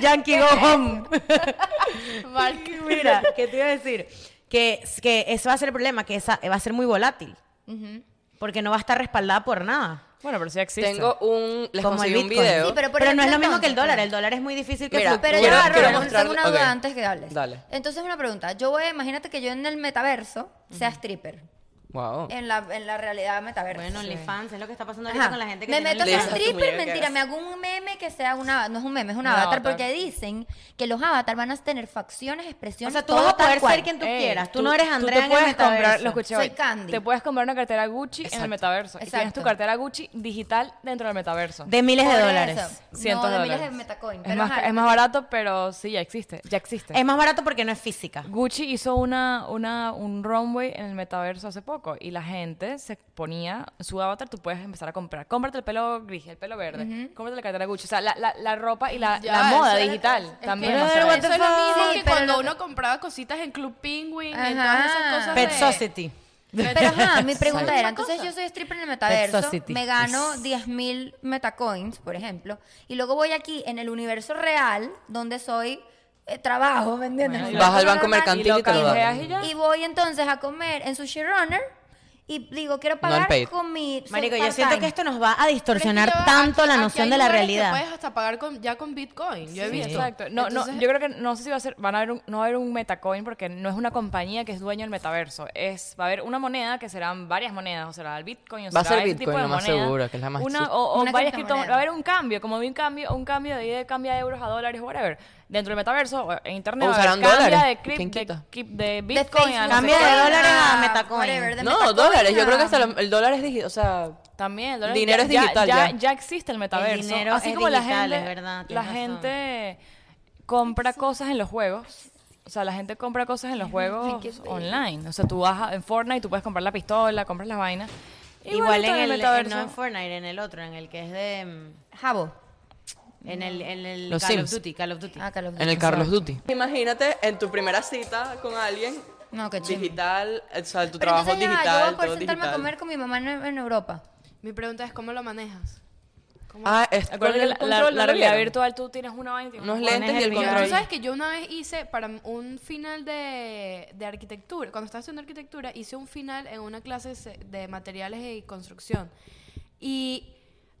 [SPEAKER 1] Yankee Go Home.
[SPEAKER 3] Mark.
[SPEAKER 1] Mira, ¿qué te iba a decir? que, que ese va a ser el problema, que esa va a ser muy volátil. Porque no va a estar respaldada por nada.
[SPEAKER 4] Bueno, pero sí existe.
[SPEAKER 5] Tengo un. Les
[SPEAKER 1] como el
[SPEAKER 5] conseguí un
[SPEAKER 1] Bitcoin.
[SPEAKER 5] video.
[SPEAKER 2] Sí, pero por
[SPEAKER 1] no es lo
[SPEAKER 2] ejemplo,
[SPEAKER 1] mismo que el
[SPEAKER 2] entonces,
[SPEAKER 1] dólar. El dólar es muy difícil que
[SPEAKER 5] Mira,
[SPEAKER 1] fluctúe.
[SPEAKER 2] Pero
[SPEAKER 5] Quiero-
[SPEAKER 2] ya va,
[SPEAKER 5] quiero
[SPEAKER 2] Rolando,
[SPEAKER 5] mostrar-
[SPEAKER 2] tengo una
[SPEAKER 5] ok.
[SPEAKER 2] duda antes que hables.
[SPEAKER 5] Dale.
[SPEAKER 2] Entonces, una pregunta. Yo voy, imagínate que yo en el metaverso sea stripper.
[SPEAKER 5] Wow.
[SPEAKER 2] En la, en la realidad metaverso.
[SPEAKER 1] Bueno, OnlyFans es lo que está pasando ahorita
[SPEAKER 2] Ajá.
[SPEAKER 1] con la gente que
[SPEAKER 2] me
[SPEAKER 1] tiene
[SPEAKER 2] meto a
[SPEAKER 5] el
[SPEAKER 2] ser
[SPEAKER 1] OnlyFans.
[SPEAKER 5] Lisa, tu
[SPEAKER 2] stripper, mentira,
[SPEAKER 5] muñeca.
[SPEAKER 2] me hago un meme que sea una, no es un meme, es
[SPEAKER 4] Un
[SPEAKER 2] un, avatar,
[SPEAKER 4] avatar.
[SPEAKER 2] porque dicen que los avatars van a tener facciones,
[SPEAKER 1] O
[SPEAKER 2] expresiones,
[SPEAKER 1] sea, tú
[SPEAKER 2] todo
[SPEAKER 1] vas a
[SPEAKER 2] tal
[SPEAKER 1] poder
[SPEAKER 2] cual.
[SPEAKER 1] ser quien tú
[SPEAKER 4] Ey,
[SPEAKER 1] quieras. Tú, no eres Andrea
[SPEAKER 4] te
[SPEAKER 1] en el
[SPEAKER 4] puedes comprar,
[SPEAKER 1] metaverso.
[SPEAKER 4] lo escuché
[SPEAKER 2] Soy
[SPEAKER 4] hoy.
[SPEAKER 2] Candy.
[SPEAKER 4] Te puedes comprar una cartera Gucci en el metaverso. Y tienes
[SPEAKER 2] Exacto.
[SPEAKER 4] tu cartera Gucci digital dentro del metaverso.
[SPEAKER 1] De miles de
[SPEAKER 2] Por
[SPEAKER 1] dólares.
[SPEAKER 2] eso. No,
[SPEAKER 4] Cientos
[SPEAKER 2] de miles
[SPEAKER 4] dólares.
[SPEAKER 2] de Metacoin,
[SPEAKER 4] Es
[SPEAKER 2] pero
[SPEAKER 4] más,
[SPEAKER 2] ajá.
[SPEAKER 4] es más barato, pero sí, ya existe. Ya existe.
[SPEAKER 1] Es más barato porque no es física.
[SPEAKER 4] Gucci hizo una, una, un runway en el metaverso hace poco y la gente se ponía su avatar, tú puedes empezar a comprar. Cómprate el pelo gris, el pelo verde, cómprate la cartera Gucci, o sea, la, la, la ropa y la,
[SPEAKER 3] Ya,
[SPEAKER 4] la moda
[SPEAKER 3] eso es-
[SPEAKER 4] digital
[SPEAKER 3] es que-
[SPEAKER 4] también.
[SPEAKER 1] Brother,
[SPEAKER 4] o sea,
[SPEAKER 1] what
[SPEAKER 3] Eso
[SPEAKER 1] the
[SPEAKER 3] es lo mismo
[SPEAKER 1] fuck?
[SPEAKER 2] Sí,
[SPEAKER 3] que
[SPEAKER 2] pero
[SPEAKER 3] cuando
[SPEAKER 2] lo-
[SPEAKER 3] uno compraba cositas en Club Penguin, en
[SPEAKER 2] Ajá.
[SPEAKER 3] todas esas cosas.
[SPEAKER 1] Pet
[SPEAKER 3] de-
[SPEAKER 1] Society.
[SPEAKER 2] Pero ajá, mi pregunta
[SPEAKER 3] Exacto.
[SPEAKER 2] era, entonces yo soy stripper en el metaverso,
[SPEAKER 1] Sexocity.
[SPEAKER 2] me gano 10.000 metacoins, por ejemplo, y luego voy aquí en el universo real, donde soy eh, trabajo, ¿me entiendes?
[SPEAKER 4] Bueno,
[SPEAKER 2] No
[SPEAKER 5] Vas
[SPEAKER 2] soy
[SPEAKER 5] al banco
[SPEAKER 2] normal,
[SPEAKER 5] mercantil y,
[SPEAKER 4] lo
[SPEAKER 5] te lo
[SPEAKER 4] canjeas
[SPEAKER 5] dan.
[SPEAKER 4] y ya.
[SPEAKER 2] Y voy entonces a comer en Sushi Runner y digo, quiero pagar
[SPEAKER 5] paid.
[SPEAKER 2] con mi...
[SPEAKER 1] Marico, yo
[SPEAKER 2] part-time.
[SPEAKER 1] siento que esto nos va a
[SPEAKER 3] Pero es que
[SPEAKER 1] distorsionar
[SPEAKER 3] ya
[SPEAKER 1] tanto
[SPEAKER 3] aquí-
[SPEAKER 1] la
[SPEAKER 3] aquí
[SPEAKER 1] noción
[SPEAKER 3] hay
[SPEAKER 1] de la
[SPEAKER 3] lugares que
[SPEAKER 1] realidad.
[SPEAKER 3] puedes hasta pagar con, ya con Bitcoin. Yo he
[SPEAKER 4] Sí,
[SPEAKER 3] visto.
[SPEAKER 4] Exacto. No, no,
[SPEAKER 3] Entonces-
[SPEAKER 4] yo creo que no sé si va a ser, van a haber un, no va a haber un metacoin porque no es una compañía que es dueño del metaverso. Es, va a haber una moneda que serán varias monedas, o será el Bitcoin, o
[SPEAKER 5] Va a
[SPEAKER 4] será
[SPEAKER 5] ser
[SPEAKER 4] ese tipo
[SPEAKER 5] Bitcoin,
[SPEAKER 4] de
[SPEAKER 5] lo más
[SPEAKER 4] moneda.
[SPEAKER 5] seguro, que es la más
[SPEAKER 4] Una-
[SPEAKER 5] chis-
[SPEAKER 4] o, o
[SPEAKER 2] Una
[SPEAKER 4] varias criptomonedas. Va
[SPEAKER 2] criptomoneda.
[SPEAKER 4] a haber un cambio, como de un cambio, un cambio de, de cambio de euros a dólares, whatever. Dentro del metaverso, o en internet,
[SPEAKER 5] O
[SPEAKER 4] va a haber
[SPEAKER 5] usarán
[SPEAKER 4] cambio
[SPEAKER 5] dólares.
[SPEAKER 4] de, crip-
[SPEAKER 5] ¿Quién
[SPEAKER 4] de
[SPEAKER 5] quita?
[SPEAKER 4] crip- de
[SPEAKER 2] De
[SPEAKER 4] Bitcoin a no
[SPEAKER 2] Facebook,
[SPEAKER 4] sé
[SPEAKER 1] Cambia de
[SPEAKER 4] qué.
[SPEAKER 2] Bitcoin
[SPEAKER 1] dólares a
[SPEAKER 2] a
[SPEAKER 1] Metacoin.
[SPEAKER 2] Ah, whatever, de
[SPEAKER 5] No,
[SPEAKER 2] Metacoin
[SPEAKER 5] dólares. Yo
[SPEAKER 2] a-
[SPEAKER 5] creo que hasta lo- el dólar es digital. O sea,
[SPEAKER 4] También, el dólar-
[SPEAKER 5] Dinero es digital,
[SPEAKER 4] Ya,
[SPEAKER 5] ya.
[SPEAKER 4] ya existe el metaverso.
[SPEAKER 1] dinero
[SPEAKER 4] Así
[SPEAKER 1] es
[SPEAKER 4] como la
[SPEAKER 1] digital,
[SPEAKER 4] gente,
[SPEAKER 1] es verdad,
[SPEAKER 4] la
[SPEAKER 1] tienes razón.
[SPEAKER 4] gente compra cosas en los juegos. O sea, la gente compra cosas en los juegos online. O sea, tú vas a- en Fortnite, tú puedes comprar la pistola, compras las vainas. Y
[SPEAKER 1] Igual
[SPEAKER 4] bueno,
[SPEAKER 1] en
[SPEAKER 4] todo
[SPEAKER 1] el, en-
[SPEAKER 4] metaverso.
[SPEAKER 1] no en Fortnite, en el otro, en el que es de... mm,
[SPEAKER 2] Jabo.
[SPEAKER 1] En el, en el
[SPEAKER 5] Los
[SPEAKER 1] Call
[SPEAKER 5] Sims.
[SPEAKER 1] of Duty, Call of Duty.
[SPEAKER 2] Ah, Call of
[SPEAKER 5] en el Carlos Duty. Imagínate en tu primera cita con alguien
[SPEAKER 2] Duty. No, qué chimbo.
[SPEAKER 5] digital, o sea, tu
[SPEAKER 2] Pero
[SPEAKER 5] trabajo
[SPEAKER 2] entonces, ajá,
[SPEAKER 5] digital,
[SPEAKER 2] yo voy a poder
[SPEAKER 5] todo
[SPEAKER 2] sentarme
[SPEAKER 5] digital.
[SPEAKER 2] a comer con mi mamá en, en Europa.
[SPEAKER 3] Mi pregunta es, ¿cómo lo manejas?
[SPEAKER 5] Ah, es
[SPEAKER 4] Acuérdate que la, la- la realidad virtual tú tienes una vaina. y tienes
[SPEAKER 5] Unos
[SPEAKER 4] una vaina.
[SPEAKER 5] lentes y
[SPEAKER 1] el
[SPEAKER 5] el
[SPEAKER 1] video.
[SPEAKER 5] control.
[SPEAKER 3] Tú sabes que yo una vez hice para un final de, de arquitectura, cuando estaba haciendo arquitectura, hice un final en una clase se- de materiales y construcción. Y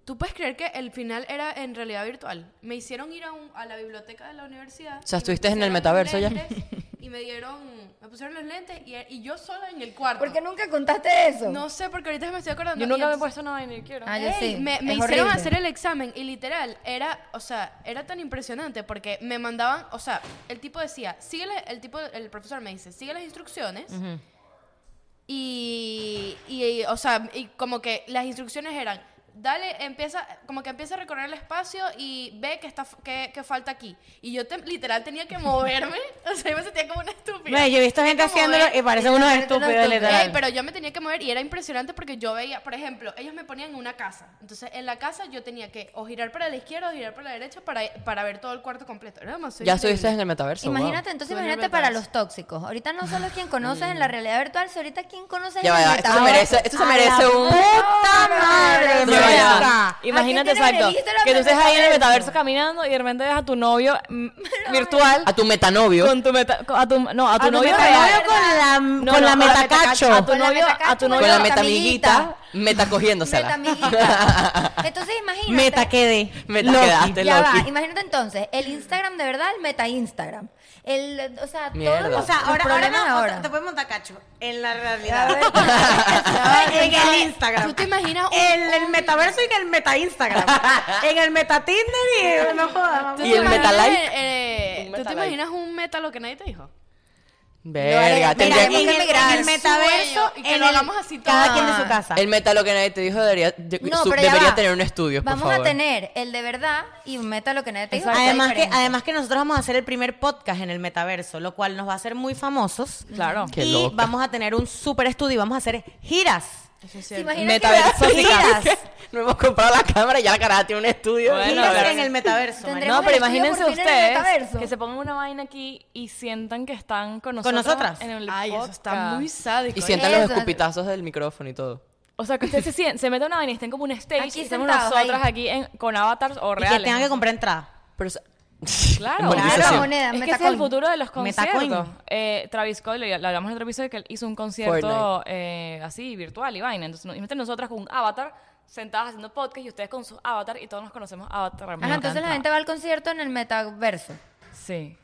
[SPEAKER 3] tú puedes creer que el final era en realidad virtual. Me hicieron ir a, un- a la biblioteca de la universidad.
[SPEAKER 5] O sea,
[SPEAKER 3] y me
[SPEAKER 5] estuviste en el
[SPEAKER 3] pusieron
[SPEAKER 5] metaverso ya.
[SPEAKER 3] lentes Y me dieron, me pusieron los lentes y, y yo sola en el cuarto.
[SPEAKER 2] ¿Por qué nunca contaste eso?
[SPEAKER 3] No sé, porque ahorita me estoy acordando.
[SPEAKER 4] Yo
[SPEAKER 3] Y
[SPEAKER 4] nunca me he
[SPEAKER 3] entonces-
[SPEAKER 4] puesto una vaina y quiero.
[SPEAKER 2] Ah, yo
[SPEAKER 3] Ey,
[SPEAKER 2] sí.
[SPEAKER 3] Me, me
[SPEAKER 2] Es
[SPEAKER 3] hicieron
[SPEAKER 2] horrible.
[SPEAKER 3] hacer el examen y literal era, o sea, era tan impresionante porque me mandaban, o sea, el tipo decía, síguele, el tipo, el profesor me dice, sigue las instrucciones y, y, y, o sea, y como que las instrucciones eran, dale, empieza, como que empieza a recorrer el espacio y ve que está, que, que falta aquí. Y yo te- literal tenía que moverme, o sea, yo me sentía como una estúpida.
[SPEAKER 1] Ve, yo he visto
[SPEAKER 3] Tenía
[SPEAKER 1] gente
[SPEAKER 3] que
[SPEAKER 1] haciéndolo
[SPEAKER 3] mover-
[SPEAKER 1] y parecen unos
[SPEAKER 2] Parece unos
[SPEAKER 1] estúpidos,
[SPEAKER 2] estúpidos.
[SPEAKER 1] literal.
[SPEAKER 3] Ey, pero yo me tenía que mover y era impresionante porque yo veía, por ejemplo, ellos me ponían en una casa. Entonces, en la casa yo tenía que o girar para la izquierda o girar para la derecha para, para ver todo el cuarto completo. Era demasiado
[SPEAKER 5] Ya
[SPEAKER 3] increíble.
[SPEAKER 5] estuviste en el metaverso. wow.
[SPEAKER 2] Imagínate, entonces
[SPEAKER 3] Suena
[SPEAKER 2] imagínate
[SPEAKER 3] brutal.
[SPEAKER 2] para los tóxicos. Ahorita no solo quien conoces en la realidad virtual, sino ahorita quien conoces
[SPEAKER 5] Ya
[SPEAKER 2] en
[SPEAKER 5] va,
[SPEAKER 2] el
[SPEAKER 5] esto
[SPEAKER 2] metaverso.
[SPEAKER 5] se
[SPEAKER 2] Ah,
[SPEAKER 5] merece, esto se
[SPEAKER 1] A
[SPEAKER 5] merece
[SPEAKER 1] la
[SPEAKER 5] un...
[SPEAKER 1] ¡Puta madre,
[SPEAKER 5] Ya, ya.
[SPEAKER 1] marica!
[SPEAKER 4] Imagínate,
[SPEAKER 2] Aquí tienen el
[SPEAKER 4] exacto,
[SPEAKER 2] Instagram
[SPEAKER 4] que tú
[SPEAKER 2] del
[SPEAKER 4] estés ahí en el
[SPEAKER 2] metaverso.
[SPEAKER 4] metaverso caminando y de repente ves a tu novio mm, virtual
[SPEAKER 5] A tu metanovio.
[SPEAKER 4] con tu meta, con- a tu no a tu novio
[SPEAKER 1] meta-
[SPEAKER 4] real.
[SPEAKER 1] novio con
[SPEAKER 4] No,
[SPEAKER 1] la, con
[SPEAKER 4] no,
[SPEAKER 1] la
[SPEAKER 4] con la
[SPEAKER 1] metacacho.
[SPEAKER 4] metacacho. A tu
[SPEAKER 2] Con la
[SPEAKER 4] novio-
[SPEAKER 2] metacacho,
[SPEAKER 4] a tu
[SPEAKER 2] bueno,
[SPEAKER 5] con la
[SPEAKER 4] novio-
[SPEAKER 5] metamiguita, metacogiéndosela.
[SPEAKER 2] Metamiguita. Entonces imagínate.
[SPEAKER 1] Meta quedé.
[SPEAKER 5] Meta
[SPEAKER 1] Loki.
[SPEAKER 5] quedaste,
[SPEAKER 2] Ya va,
[SPEAKER 5] Loki.
[SPEAKER 2] imagínate entonces, el Instagram de verdad, el meta Instagram. El, o sea,
[SPEAKER 5] Mierda.
[SPEAKER 2] todos los,
[SPEAKER 5] O
[SPEAKER 1] O sea,
[SPEAKER 2] los
[SPEAKER 1] ahora, ahora,
[SPEAKER 2] problemas
[SPEAKER 1] no, o sea,
[SPEAKER 2] ahora.
[SPEAKER 1] te puedes montar cacho. En la realidad. en el Instagram.
[SPEAKER 3] ¿Tú te imaginas un-
[SPEAKER 1] En el metaverso y en el meta Instagram. en el meta Tinder y no jodas, mamá.
[SPEAKER 3] ¿Tú
[SPEAKER 5] ¿Y
[SPEAKER 3] te
[SPEAKER 5] el
[SPEAKER 3] imaginas,
[SPEAKER 5] Metalike?
[SPEAKER 3] eh,
[SPEAKER 5] Un
[SPEAKER 3] ¿Tú te
[SPEAKER 5] Metalike.
[SPEAKER 3] imaginas un meta lo que nadie te dijo?
[SPEAKER 5] Verga, tendría
[SPEAKER 1] Mira,
[SPEAKER 5] que...
[SPEAKER 1] en el,
[SPEAKER 2] emigrar.
[SPEAKER 1] en el metaverso.
[SPEAKER 3] Sueño, y que
[SPEAKER 1] en
[SPEAKER 3] lo
[SPEAKER 1] el-
[SPEAKER 3] hagamos así
[SPEAKER 1] Cada
[SPEAKER 3] todos.
[SPEAKER 1] quien de su casa.
[SPEAKER 5] El meta lo que nadie te dijo debería, yo-
[SPEAKER 2] No,
[SPEAKER 5] su-
[SPEAKER 2] pero ya
[SPEAKER 5] debería
[SPEAKER 2] va.
[SPEAKER 5] tener un estudio, por
[SPEAKER 2] Vamos
[SPEAKER 5] favor.
[SPEAKER 2] a tener el de verdad y un meta lo que nadie te dijo. que
[SPEAKER 1] Además
[SPEAKER 2] es
[SPEAKER 1] que,
[SPEAKER 2] diferente.
[SPEAKER 1] además que nosotros vamos a hacer el primer podcast en el metaverso, lo cual nos va a hacer muy famosos.
[SPEAKER 4] Claro.
[SPEAKER 5] Qué
[SPEAKER 1] y
[SPEAKER 5] loca.
[SPEAKER 1] vamos a tener un super estudio y vamos a hacer giras.
[SPEAKER 2] ¿Se imaginan que
[SPEAKER 5] Metaverso.
[SPEAKER 2] veas
[SPEAKER 1] Giras.
[SPEAKER 5] No hemos comprado la cámara y ya la caraja tiene un estudio.
[SPEAKER 4] Bueno,
[SPEAKER 1] giras
[SPEAKER 4] pero-
[SPEAKER 1] en el metaverso.
[SPEAKER 2] Tendremos
[SPEAKER 1] marico.
[SPEAKER 4] No, pero
[SPEAKER 2] el estudio
[SPEAKER 4] imagínense
[SPEAKER 2] por fin en el
[SPEAKER 4] ustedes
[SPEAKER 2] metaverso.
[SPEAKER 4] que se pongan una vaina aquí y sientan que están con nosotros
[SPEAKER 1] nosotras?
[SPEAKER 4] en el
[SPEAKER 3] Ay, eso
[SPEAKER 4] podcast.
[SPEAKER 3] está muy sádico.
[SPEAKER 5] Y
[SPEAKER 3] ¿eh?
[SPEAKER 5] sientan los
[SPEAKER 2] Eso.
[SPEAKER 5] escupitazos del micrófono y todo.
[SPEAKER 4] O sea, que ustedes se sienten, se meten una vaina y estén como un stage
[SPEAKER 2] Aquí
[SPEAKER 4] y estemos
[SPEAKER 2] sentados,
[SPEAKER 4] nosotras
[SPEAKER 2] ahí.
[SPEAKER 4] aquí en- con avatars o
[SPEAKER 1] y que
[SPEAKER 4] reales.
[SPEAKER 1] tengan que comprar entrada.
[SPEAKER 5] Pero, o sea,
[SPEAKER 4] Claro,
[SPEAKER 5] Embolización.
[SPEAKER 2] Claro, moneda,
[SPEAKER 4] Es que ese es
[SPEAKER 2] Metacoin.
[SPEAKER 4] el futuro de los
[SPEAKER 1] Metacoin.
[SPEAKER 4] conciertos. Eh, Travis Scott, lo, lo hablamos en otro episodio, que él hizo un concierto eh, así, virtual y vaina. Entonces, no- imagínate nosotras con un avatar, sentadas haciendo podcast y ustedes con sus avatar y todos nos conocemos avatar. Me
[SPEAKER 2] Ajá, entonces la
[SPEAKER 4] encanta.
[SPEAKER 2] gente va al concierto en el metaverso.
[SPEAKER 4] Sí,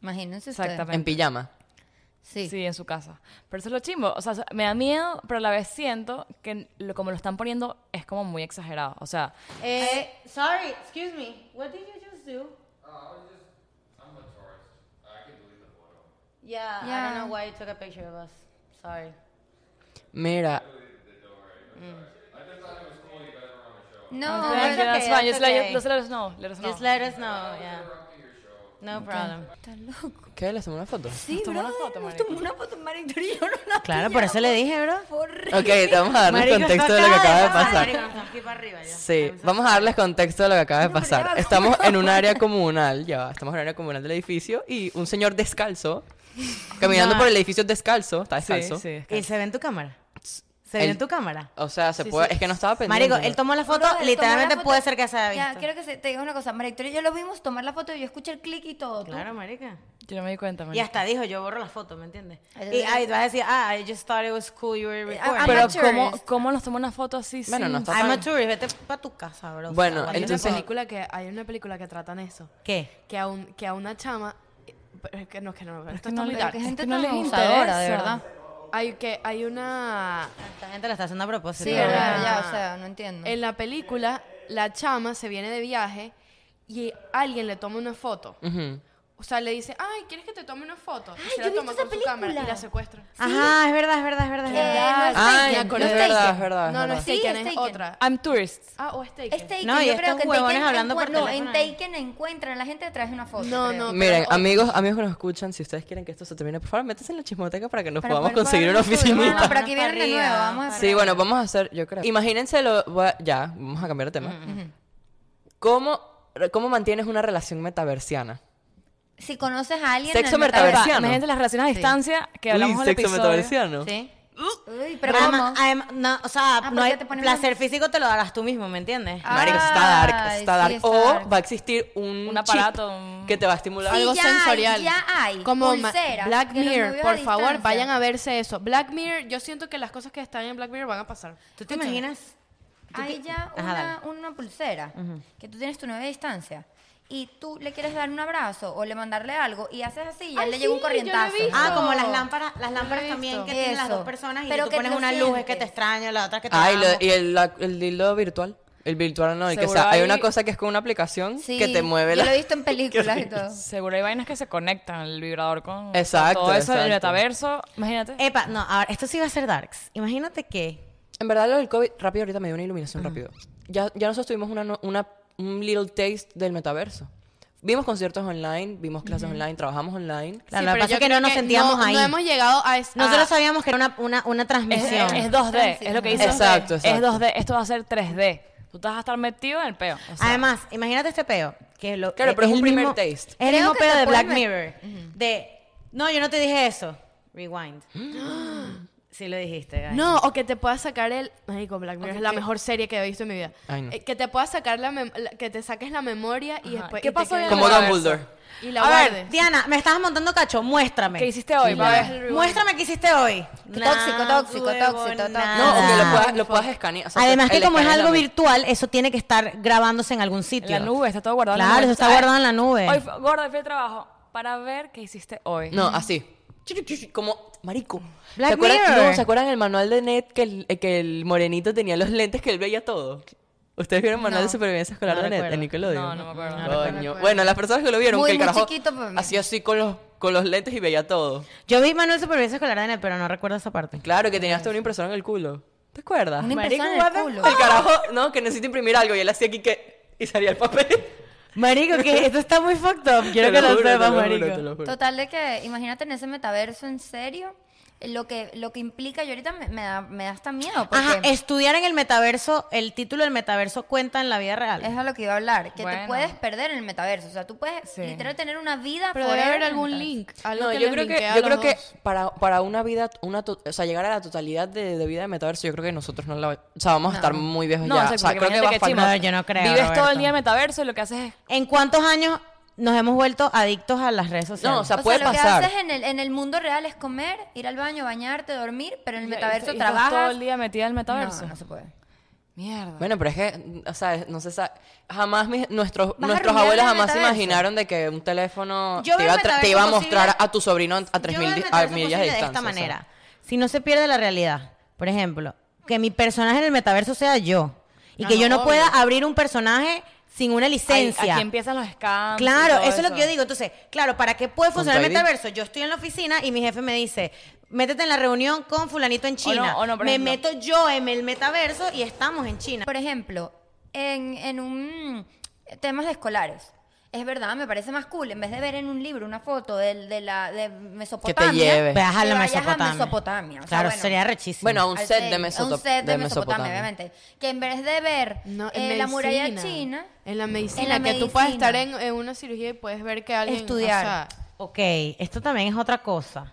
[SPEAKER 2] Imagínense ustedes.
[SPEAKER 4] exactamente.
[SPEAKER 5] En pijama.
[SPEAKER 2] Sí.
[SPEAKER 4] Sí, en su casa. Pero eso es lo chimbo. O sea, me da miedo, pero a la vez siento que lo, como lo están poniendo es como muy exagerado. O sea,
[SPEAKER 1] Eh, sorry, excuse me. What did you just do? Yeah, I
[SPEAKER 2] Yeah.
[SPEAKER 1] don't know why you took a picture of us. Sorry.
[SPEAKER 5] Mira,
[SPEAKER 2] No,
[SPEAKER 1] Ah,
[SPEAKER 2] bueno,
[SPEAKER 1] ok,
[SPEAKER 4] that's fine.
[SPEAKER 1] that's
[SPEAKER 4] Just let-
[SPEAKER 1] okay.
[SPEAKER 4] just let us know, let us know.
[SPEAKER 1] Just let us know, yeah. No problem.
[SPEAKER 2] está loco.
[SPEAKER 5] ¿qué? ¿Les tomé una foto?
[SPEAKER 2] Sí,
[SPEAKER 4] tomó una
[SPEAKER 2] brother,
[SPEAKER 4] foto,
[SPEAKER 2] nos
[SPEAKER 4] marico.
[SPEAKER 2] tomó una foto, marico, y yo no la
[SPEAKER 1] Claro, por eso le dije, bro.
[SPEAKER 2] pillaba. Horrible.
[SPEAKER 5] Ok, te vamos a darles contexto de lo que acaba de pasar. Sí, vamos a darles contexto de lo que acaba de pasar. Estamos en un área comunal, ya, va, estamos en un área comunal del edificio y un señor descalzo, caminando por el edificio descalzo, está descalzo.
[SPEAKER 4] sí, sí.
[SPEAKER 1] ¿Y se ve en tu cámara? ¿Se ve
[SPEAKER 5] El-
[SPEAKER 1] en tu cámara?
[SPEAKER 5] O sea, se puede, es que no estaba pendiente.
[SPEAKER 1] Marico, él tomó la foto,
[SPEAKER 2] Brother, tomar la
[SPEAKER 1] literalmente
[SPEAKER 2] foto-
[SPEAKER 1] puede ser que se haya
[SPEAKER 2] Ya,
[SPEAKER 1] visto.
[SPEAKER 2] quiero que se- te diga una cosa. María Victoria y yo lo vimos tomar la foto y yo escuché el clic y todo. tú.
[SPEAKER 1] Claro, marica.
[SPEAKER 4] Yo no me di cuenta,
[SPEAKER 1] Y
[SPEAKER 4] marica.
[SPEAKER 1] hasta dijo, yo borro la foto, ¿me entiendes?
[SPEAKER 2] Ay,
[SPEAKER 1] Y
[SPEAKER 2] ay,
[SPEAKER 1] ahí vas a decir, ah, I just thought it was cool you were
[SPEAKER 2] I'm-
[SPEAKER 1] recording.
[SPEAKER 2] I'm
[SPEAKER 4] Pero
[SPEAKER 2] not sure.
[SPEAKER 4] ¿cómo, ¿cómo nos tomó una foto así
[SPEAKER 5] Bueno,
[SPEAKER 4] sin-
[SPEAKER 5] no está
[SPEAKER 1] I'm a
[SPEAKER 5] mal.
[SPEAKER 1] tourist, vete para tu casa, bro.
[SPEAKER 5] Bueno,
[SPEAKER 1] O sea,
[SPEAKER 3] Hay
[SPEAKER 5] entonces-
[SPEAKER 3] una película que hay una película que tratan eso,
[SPEAKER 1] ¿Qué?
[SPEAKER 3] que a un que a una chama pero es que no es que no, pero esto
[SPEAKER 4] que
[SPEAKER 3] está
[SPEAKER 4] no
[SPEAKER 3] muy
[SPEAKER 4] le-
[SPEAKER 3] dark.
[SPEAKER 2] Qué
[SPEAKER 4] Es que
[SPEAKER 2] gente
[SPEAKER 4] no
[SPEAKER 2] tan
[SPEAKER 4] les
[SPEAKER 2] abusadora, de
[SPEAKER 4] interesa.
[SPEAKER 2] verdad.
[SPEAKER 3] Hay que hay una
[SPEAKER 1] Esta gente la está haciendo a propósito.
[SPEAKER 2] Sí,
[SPEAKER 1] de
[SPEAKER 2] ¿verdad?
[SPEAKER 1] verdad.
[SPEAKER 2] Ya, o sea, no entiendo.
[SPEAKER 3] en la película la chama se viene de viaje y alguien le toma una foto.
[SPEAKER 5] Ujú.
[SPEAKER 3] O sea, le dice, "Ay, ¿quieres que te tome una foto?" Y
[SPEAKER 2] Ay,
[SPEAKER 3] se
[SPEAKER 2] yo he
[SPEAKER 3] la
[SPEAKER 2] visto
[SPEAKER 3] toma
[SPEAKER 2] esa
[SPEAKER 3] con su cámara y
[SPEAKER 2] película.
[SPEAKER 3] la secuestra.
[SPEAKER 1] Ajá, es verdad, es verdad, es verdad. es verdad.
[SPEAKER 2] Eh, no es
[SPEAKER 5] Ay,
[SPEAKER 2] Taken,
[SPEAKER 5] es
[SPEAKER 2] no es
[SPEAKER 5] verdad, es
[SPEAKER 2] Taken.
[SPEAKER 5] verdad, es
[SPEAKER 3] No, no
[SPEAKER 5] verdad.
[SPEAKER 3] es
[SPEAKER 2] Sí, Este,
[SPEAKER 3] Taken,
[SPEAKER 2] es
[SPEAKER 3] es,
[SPEAKER 2] Taken.
[SPEAKER 3] otra.
[SPEAKER 4] I'm tourist.
[SPEAKER 3] Ah, o es Taken.
[SPEAKER 2] Es Taken,
[SPEAKER 1] No, y
[SPEAKER 2] yo creo
[SPEAKER 1] estos
[SPEAKER 2] que en
[SPEAKER 1] huevones
[SPEAKER 2] Taken
[SPEAKER 1] hablando por
[SPEAKER 2] encuent- no, en
[SPEAKER 1] teléfono ahí.
[SPEAKER 2] Taken encuentran a la gente detrás de una foto.
[SPEAKER 3] No,
[SPEAKER 2] creo.
[SPEAKER 3] no.
[SPEAKER 5] Miren,
[SPEAKER 3] pero-
[SPEAKER 5] amigos, amigos que nos escuchan, si ustedes quieren que esto se termine, por favor, métanse en la chismoteca para que nos
[SPEAKER 2] Para
[SPEAKER 5] podamos
[SPEAKER 2] poder
[SPEAKER 5] conseguir
[SPEAKER 2] pagar
[SPEAKER 5] una
[SPEAKER 2] el estudio. Bueno,
[SPEAKER 5] oficinita.
[SPEAKER 2] no, pero aquí
[SPEAKER 1] Para
[SPEAKER 2] vienen de nuevo,
[SPEAKER 1] arriba,
[SPEAKER 2] vamos a
[SPEAKER 5] Sí, bueno, vamos a hacer, yo creo. Imagínenselo, voy a- ya, vamos a cambiar de tema. ¿Cómo, ¿Cómo mantienes una relación metaversiana?
[SPEAKER 1] pues.
[SPEAKER 2] Si conoces a alguien
[SPEAKER 5] Sexo
[SPEAKER 2] del metaverso.
[SPEAKER 5] metaversiano.
[SPEAKER 4] Imagínate las relaciones a distancia que hablamos
[SPEAKER 5] Uy,
[SPEAKER 4] en el
[SPEAKER 5] sexo
[SPEAKER 4] episodio.
[SPEAKER 5] metaversiano.
[SPEAKER 1] Sí.
[SPEAKER 2] Uy, pero
[SPEAKER 1] Además-
[SPEAKER 2] vamos.
[SPEAKER 1] además- no, o sea,
[SPEAKER 2] Ah,
[SPEAKER 1] no hay
[SPEAKER 2] porque te pones
[SPEAKER 1] placer
[SPEAKER 2] una-
[SPEAKER 1] físico te lo darás tú mismo, ¿me entiendes?
[SPEAKER 2] Ah,
[SPEAKER 5] Marico, está dark,
[SPEAKER 2] Ay,
[SPEAKER 5] está dark.
[SPEAKER 2] sí, está
[SPEAKER 5] o
[SPEAKER 2] dark.
[SPEAKER 5] va a existir un,
[SPEAKER 4] Un aparato,
[SPEAKER 5] chip
[SPEAKER 4] un-
[SPEAKER 5] que te va a estimular.
[SPEAKER 2] Sí,
[SPEAKER 3] algo
[SPEAKER 2] ya hay,
[SPEAKER 3] sensorial.
[SPEAKER 2] ya hay,
[SPEAKER 3] Como ma-
[SPEAKER 2] pulseras,
[SPEAKER 3] Black
[SPEAKER 2] que los
[SPEAKER 3] Mirror,
[SPEAKER 2] novios
[SPEAKER 3] por
[SPEAKER 2] a
[SPEAKER 3] favor,
[SPEAKER 2] distancia.
[SPEAKER 3] vayan a verse eso. Black Mirror, yo siento que las cosas que están en Black Mirror van a pasar.
[SPEAKER 1] ¿Tú te imaginas?
[SPEAKER 2] Hay ya
[SPEAKER 1] Ajá,
[SPEAKER 2] una, una pulsera que tú tienes tu novia a distancia y tú le quieres dar un abrazo o le mandarle algo y haces así y a él
[SPEAKER 3] Ay,
[SPEAKER 2] le llega un
[SPEAKER 3] sí, yo lo he
[SPEAKER 2] corrientazo.
[SPEAKER 3] visto.
[SPEAKER 1] Ah,
[SPEAKER 3] No.
[SPEAKER 1] como las lámparas, las lámparas
[SPEAKER 3] he
[SPEAKER 1] también
[SPEAKER 3] visto.
[SPEAKER 1] que tienen las
[SPEAKER 2] Eso.
[SPEAKER 1] dos personas y
[SPEAKER 2] Pero
[SPEAKER 1] tú
[SPEAKER 2] que
[SPEAKER 1] pones
[SPEAKER 2] lo
[SPEAKER 1] una luz es que
[SPEAKER 2] sientes.
[SPEAKER 1] te extraño, la otra que te
[SPEAKER 5] Ay, lo-
[SPEAKER 1] amo.
[SPEAKER 5] y el, la- el dildo virtual. El virtual no, el que
[SPEAKER 4] Seguro
[SPEAKER 5] sea, hay
[SPEAKER 4] hay-
[SPEAKER 5] una cosa que es con una aplicación
[SPEAKER 2] Sí,
[SPEAKER 5] que te mueve
[SPEAKER 2] Yo
[SPEAKER 5] la...
[SPEAKER 2] lo he visto en películas y todo.
[SPEAKER 4] Seguro hay vainas que se conectan el vibrador con con
[SPEAKER 5] Exacto,
[SPEAKER 4] todo eso, el
[SPEAKER 5] exacto.
[SPEAKER 4] metaverso. Imagínate.
[SPEAKER 1] Epa, no, ahora, esto sí va a ser darks. Imagínate que...
[SPEAKER 5] En verdad, lo del COVID, rápido, ahorita me dio una iluminación rápido. Ya, ya nosotros tuvimos una, no- una, un little taste del metaverso. Vimos conciertos online, vimos clases online, trabajamos online.
[SPEAKER 1] Claro,
[SPEAKER 3] Sí,
[SPEAKER 1] lo que
[SPEAKER 3] pero
[SPEAKER 1] pasa
[SPEAKER 3] yo
[SPEAKER 1] es que no
[SPEAKER 3] creo
[SPEAKER 1] nos sentíamos
[SPEAKER 3] no-
[SPEAKER 1] ahí.
[SPEAKER 3] No hemos llegado a
[SPEAKER 5] Ah.
[SPEAKER 3] Ah. es-
[SPEAKER 1] Nosotros
[SPEAKER 3] a-
[SPEAKER 1] sabíamos que era una, una, una
[SPEAKER 4] Es,
[SPEAKER 1] transmisión.
[SPEAKER 4] es 2D, es lo que dice.
[SPEAKER 5] Exacto,
[SPEAKER 4] Es
[SPEAKER 5] exacto.
[SPEAKER 4] 2D, esto va a ser 3D. Tú estás a estar metido en el peo.
[SPEAKER 2] Ah,
[SPEAKER 4] o sea,
[SPEAKER 1] Además, imagínate este peo. Que lo,
[SPEAKER 5] Claro, pero es
[SPEAKER 1] el
[SPEAKER 5] un primer
[SPEAKER 1] mismo-
[SPEAKER 5] taste.
[SPEAKER 1] Es el mismo
[SPEAKER 2] que
[SPEAKER 1] peo
[SPEAKER 2] te
[SPEAKER 1] de Black
[SPEAKER 2] pueden
[SPEAKER 1] Mirror. De, no, yo no te dije eso. Rewind. sí lo dijiste, guys.
[SPEAKER 3] No, o que te pueda sacar el. Marico, Black Mirror es la mejor serie que he visto en mi vida.
[SPEAKER 5] Ay, no.
[SPEAKER 3] Eh, que te pueda sacar la, mem- la- Que te saques la memoria y después.
[SPEAKER 4] ¿Qué
[SPEAKER 3] y te
[SPEAKER 4] pasó
[SPEAKER 3] quedes-
[SPEAKER 4] en el
[SPEAKER 5] Como
[SPEAKER 4] metaverso?
[SPEAKER 5] Dumbledore.
[SPEAKER 3] Y la
[SPEAKER 1] A
[SPEAKER 3] guardes.
[SPEAKER 1] ver, Diana, me estabas montando cacho. Muéstrame.
[SPEAKER 4] ¿Qué hiciste hoy?
[SPEAKER 5] Sí,
[SPEAKER 4] Pa'
[SPEAKER 5] la-
[SPEAKER 4] ver el review.
[SPEAKER 1] Muéstrame qué hiciste hoy.
[SPEAKER 2] Qué tóxico,
[SPEAKER 1] Nah,
[SPEAKER 2] tóxico,
[SPEAKER 1] huevo,
[SPEAKER 2] tóxico, tóxico.
[SPEAKER 1] nada.
[SPEAKER 5] No, o que lo
[SPEAKER 2] Ah.
[SPEAKER 5] puedas, lo puedas escanear. o sea,
[SPEAKER 1] Además
[SPEAKER 5] el
[SPEAKER 1] que como es
[SPEAKER 5] escaneo
[SPEAKER 1] algo
[SPEAKER 5] también.
[SPEAKER 1] virtual, eso tiene que estar grabándose en algún
[SPEAKER 4] En
[SPEAKER 1] sitio.
[SPEAKER 4] la nube, está todo guardado en la
[SPEAKER 1] Claro,
[SPEAKER 4] nube.
[SPEAKER 1] eso está
[SPEAKER 4] Ay,
[SPEAKER 1] guardado en la nube.
[SPEAKER 4] Hoy, fue- gordo, fui al trabajo para ver qué hiciste hoy.
[SPEAKER 5] No, así. Como, marico.
[SPEAKER 1] Black
[SPEAKER 5] ¿Se acuerdan,
[SPEAKER 1] Mirror.
[SPEAKER 5] no, ¿se acuerdan el manual de Ned que el, eh, que el morenito tenía los lentes que él veía todo? ¿Ustedes vieron el manual de supervivencia escolar
[SPEAKER 1] No
[SPEAKER 5] de Ned?
[SPEAKER 1] recuerdo.
[SPEAKER 5] De Nickelodeon.
[SPEAKER 4] No, no me acuerdo. No
[SPEAKER 5] Coño. Bueno, las personas que lo vieron,
[SPEAKER 2] Muy,
[SPEAKER 5] que el
[SPEAKER 2] muy
[SPEAKER 5] carajo
[SPEAKER 2] chiquito, pero mira.
[SPEAKER 5] hacía así con los, con los lentes y veía todo.
[SPEAKER 1] Yo vi Manuel Supervivencia Escolar de Net, pero no recuerdo esa parte.
[SPEAKER 5] Claro, que tenía hasta una impresora en el culo. ¿Te acuerdas?
[SPEAKER 2] Una
[SPEAKER 5] Marico,
[SPEAKER 2] impresora en el
[SPEAKER 5] what the
[SPEAKER 2] culo.
[SPEAKER 5] fuck? El carajo, no, que necesita imprimir algo y él hacía aquí que... Y salía el papel.
[SPEAKER 1] Marico, que esto está muy fucked up. Quiero
[SPEAKER 5] Te
[SPEAKER 1] que lo
[SPEAKER 5] juro, te
[SPEAKER 1] sepas,
[SPEAKER 5] juro, te
[SPEAKER 1] marico.
[SPEAKER 5] lo juro.
[SPEAKER 2] Total de que, imagínate en ese metaverso en serio, lo que, lo que implica, yo ahorita me, me da, me da hasta miedo. Porque
[SPEAKER 1] Ajá, estudiar en el metaverso, el título del metaverso cuenta en la vida real.
[SPEAKER 2] es a lo que iba a hablar, que te
[SPEAKER 4] Bueno.
[SPEAKER 2] puedes perder en el metaverso. O sea, tú puedes
[SPEAKER 4] Sí.
[SPEAKER 2] literal tener una vida
[SPEAKER 3] Pero debe
[SPEAKER 2] forever
[SPEAKER 3] haber
[SPEAKER 2] en el
[SPEAKER 3] algún
[SPEAKER 2] metaverso.
[SPEAKER 3] link. algo
[SPEAKER 5] No,
[SPEAKER 3] que
[SPEAKER 5] yo
[SPEAKER 3] les
[SPEAKER 5] creo que,
[SPEAKER 3] linkee a
[SPEAKER 5] yo
[SPEAKER 3] los
[SPEAKER 5] creo que
[SPEAKER 3] dos.
[SPEAKER 5] para, para una vida, una to- o sea, llegar a la totalidad de, de vida de metaverso, yo creo que nosotros no la o sea, vamos a estar muy viejos
[SPEAKER 4] No,
[SPEAKER 5] ya.
[SPEAKER 4] exacto,
[SPEAKER 5] o sea,
[SPEAKER 4] porque
[SPEAKER 5] creo que va
[SPEAKER 4] imagínate
[SPEAKER 5] a
[SPEAKER 4] que,
[SPEAKER 5] faltar-
[SPEAKER 4] chimo,
[SPEAKER 1] No, yo no creo,
[SPEAKER 4] Vives todo el
[SPEAKER 1] Roberto.
[SPEAKER 4] día en metaverso y lo que haces es
[SPEAKER 1] ¿En cuántos años nos hemos vuelto adictos a las redes sociales?
[SPEAKER 5] No, o sea,
[SPEAKER 2] O
[SPEAKER 5] puede
[SPEAKER 2] sea, lo
[SPEAKER 5] pasar.
[SPEAKER 2] que haces en el, en el mundo real es comer, ir al baño, bañarte, dormir, pero en el
[SPEAKER 4] Ya,
[SPEAKER 2] metaverso
[SPEAKER 4] y- y estás
[SPEAKER 2] trabajas.
[SPEAKER 4] todo el día metida en el metaverso.
[SPEAKER 2] No, no se puede.
[SPEAKER 4] Mierda.
[SPEAKER 5] Bueno, pero es que, o sea, no se sabe. Jamás mis- nuestros,
[SPEAKER 2] a
[SPEAKER 5] nuestros
[SPEAKER 2] arruinar
[SPEAKER 5] abuelos
[SPEAKER 2] el
[SPEAKER 5] jamás se
[SPEAKER 2] metaverso.
[SPEAKER 5] imaginaron de que un teléfono
[SPEAKER 1] Yo
[SPEAKER 5] te
[SPEAKER 1] veo
[SPEAKER 5] iba, a
[SPEAKER 1] el
[SPEAKER 5] tra- te iba a
[SPEAKER 1] metaverso
[SPEAKER 5] mostrar
[SPEAKER 1] posible-
[SPEAKER 5] a tu sobrino a 3.000 di- a
[SPEAKER 1] Yo veo el metaverso
[SPEAKER 5] millas de
[SPEAKER 1] posible
[SPEAKER 5] distancia.
[SPEAKER 1] De esta
[SPEAKER 5] o sea.
[SPEAKER 1] manera. Si no se pierde la realidad, por ejemplo, que mi personaje en el metaverso sea yo y
[SPEAKER 3] Ah,
[SPEAKER 1] que yo
[SPEAKER 3] no,
[SPEAKER 1] no pueda
[SPEAKER 3] obvio.
[SPEAKER 1] abrir un personaje sin una
[SPEAKER 4] Ahí-
[SPEAKER 1] licencia.
[SPEAKER 4] aquí empiezan los scams. y
[SPEAKER 1] Claro,
[SPEAKER 4] todo
[SPEAKER 1] eso, es lo que yo digo. Entonces, claro, ¿para qué puede funcionar el
[SPEAKER 5] ID.
[SPEAKER 1] metaverso? Yo estoy en la oficina y mi jefe me dice, métete en la reunión con fulanito en China.
[SPEAKER 4] o no, por
[SPEAKER 1] me
[SPEAKER 4] ejemplo.
[SPEAKER 1] meto yo en el metaverso y estamos en China.
[SPEAKER 2] Por ejemplo, en, en un temas de escolares. Es verdad, me parece más cool. En vez de ver en un libro una foto del- de, la de Mesopotamia.
[SPEAKER 5] lleve.
[SPEAKER 1] Veas a
[SPEAKER 2] que
[SPEAKER 1] la
[SPEAKER 2] vayas
[SPEAKER 1] Mesopotamia.
[SPEAKER 2] A Mesopotamia. O sea,
[SPEAKER 1] claro,
[SPEAKER 2] bueno,
[SPEAKER 1] sería rechísimo.
[SPEAKER 5] Bueno, a un
[SPEAKER 2] al
[SPEAKER 5] set de,
[SPEAKER 2] set,
[SPEAKER 5] Mesopot-
[SPEAKER 2] un set de,
[SPEAKER 5] de
[SPEAKER 2] Mesopotamia,
[SPEAKER 5] Mesopotamia.
[SPEAKER 2] obviamente. Que en vez de ver
[SPEAKER 3] No, en
[SPEAKER 2] eh, la muralla
[SPEAKER 3] medicina.
[SPEAKER 2] china,
[SPEAKER 3] En la medicina,
[SPEAKER 2] en la
[SPEAKER 3] que tú puedes
[SPEAKER 2] medicina.
[SPEAKER 3] estar en, en una cirugía y puedes ver que alguien.
[SPEAKER 2] Estudiar.
[SPEAKER 3] o sea,
[SPEAKER 1] Ok, esto también es otra cosa.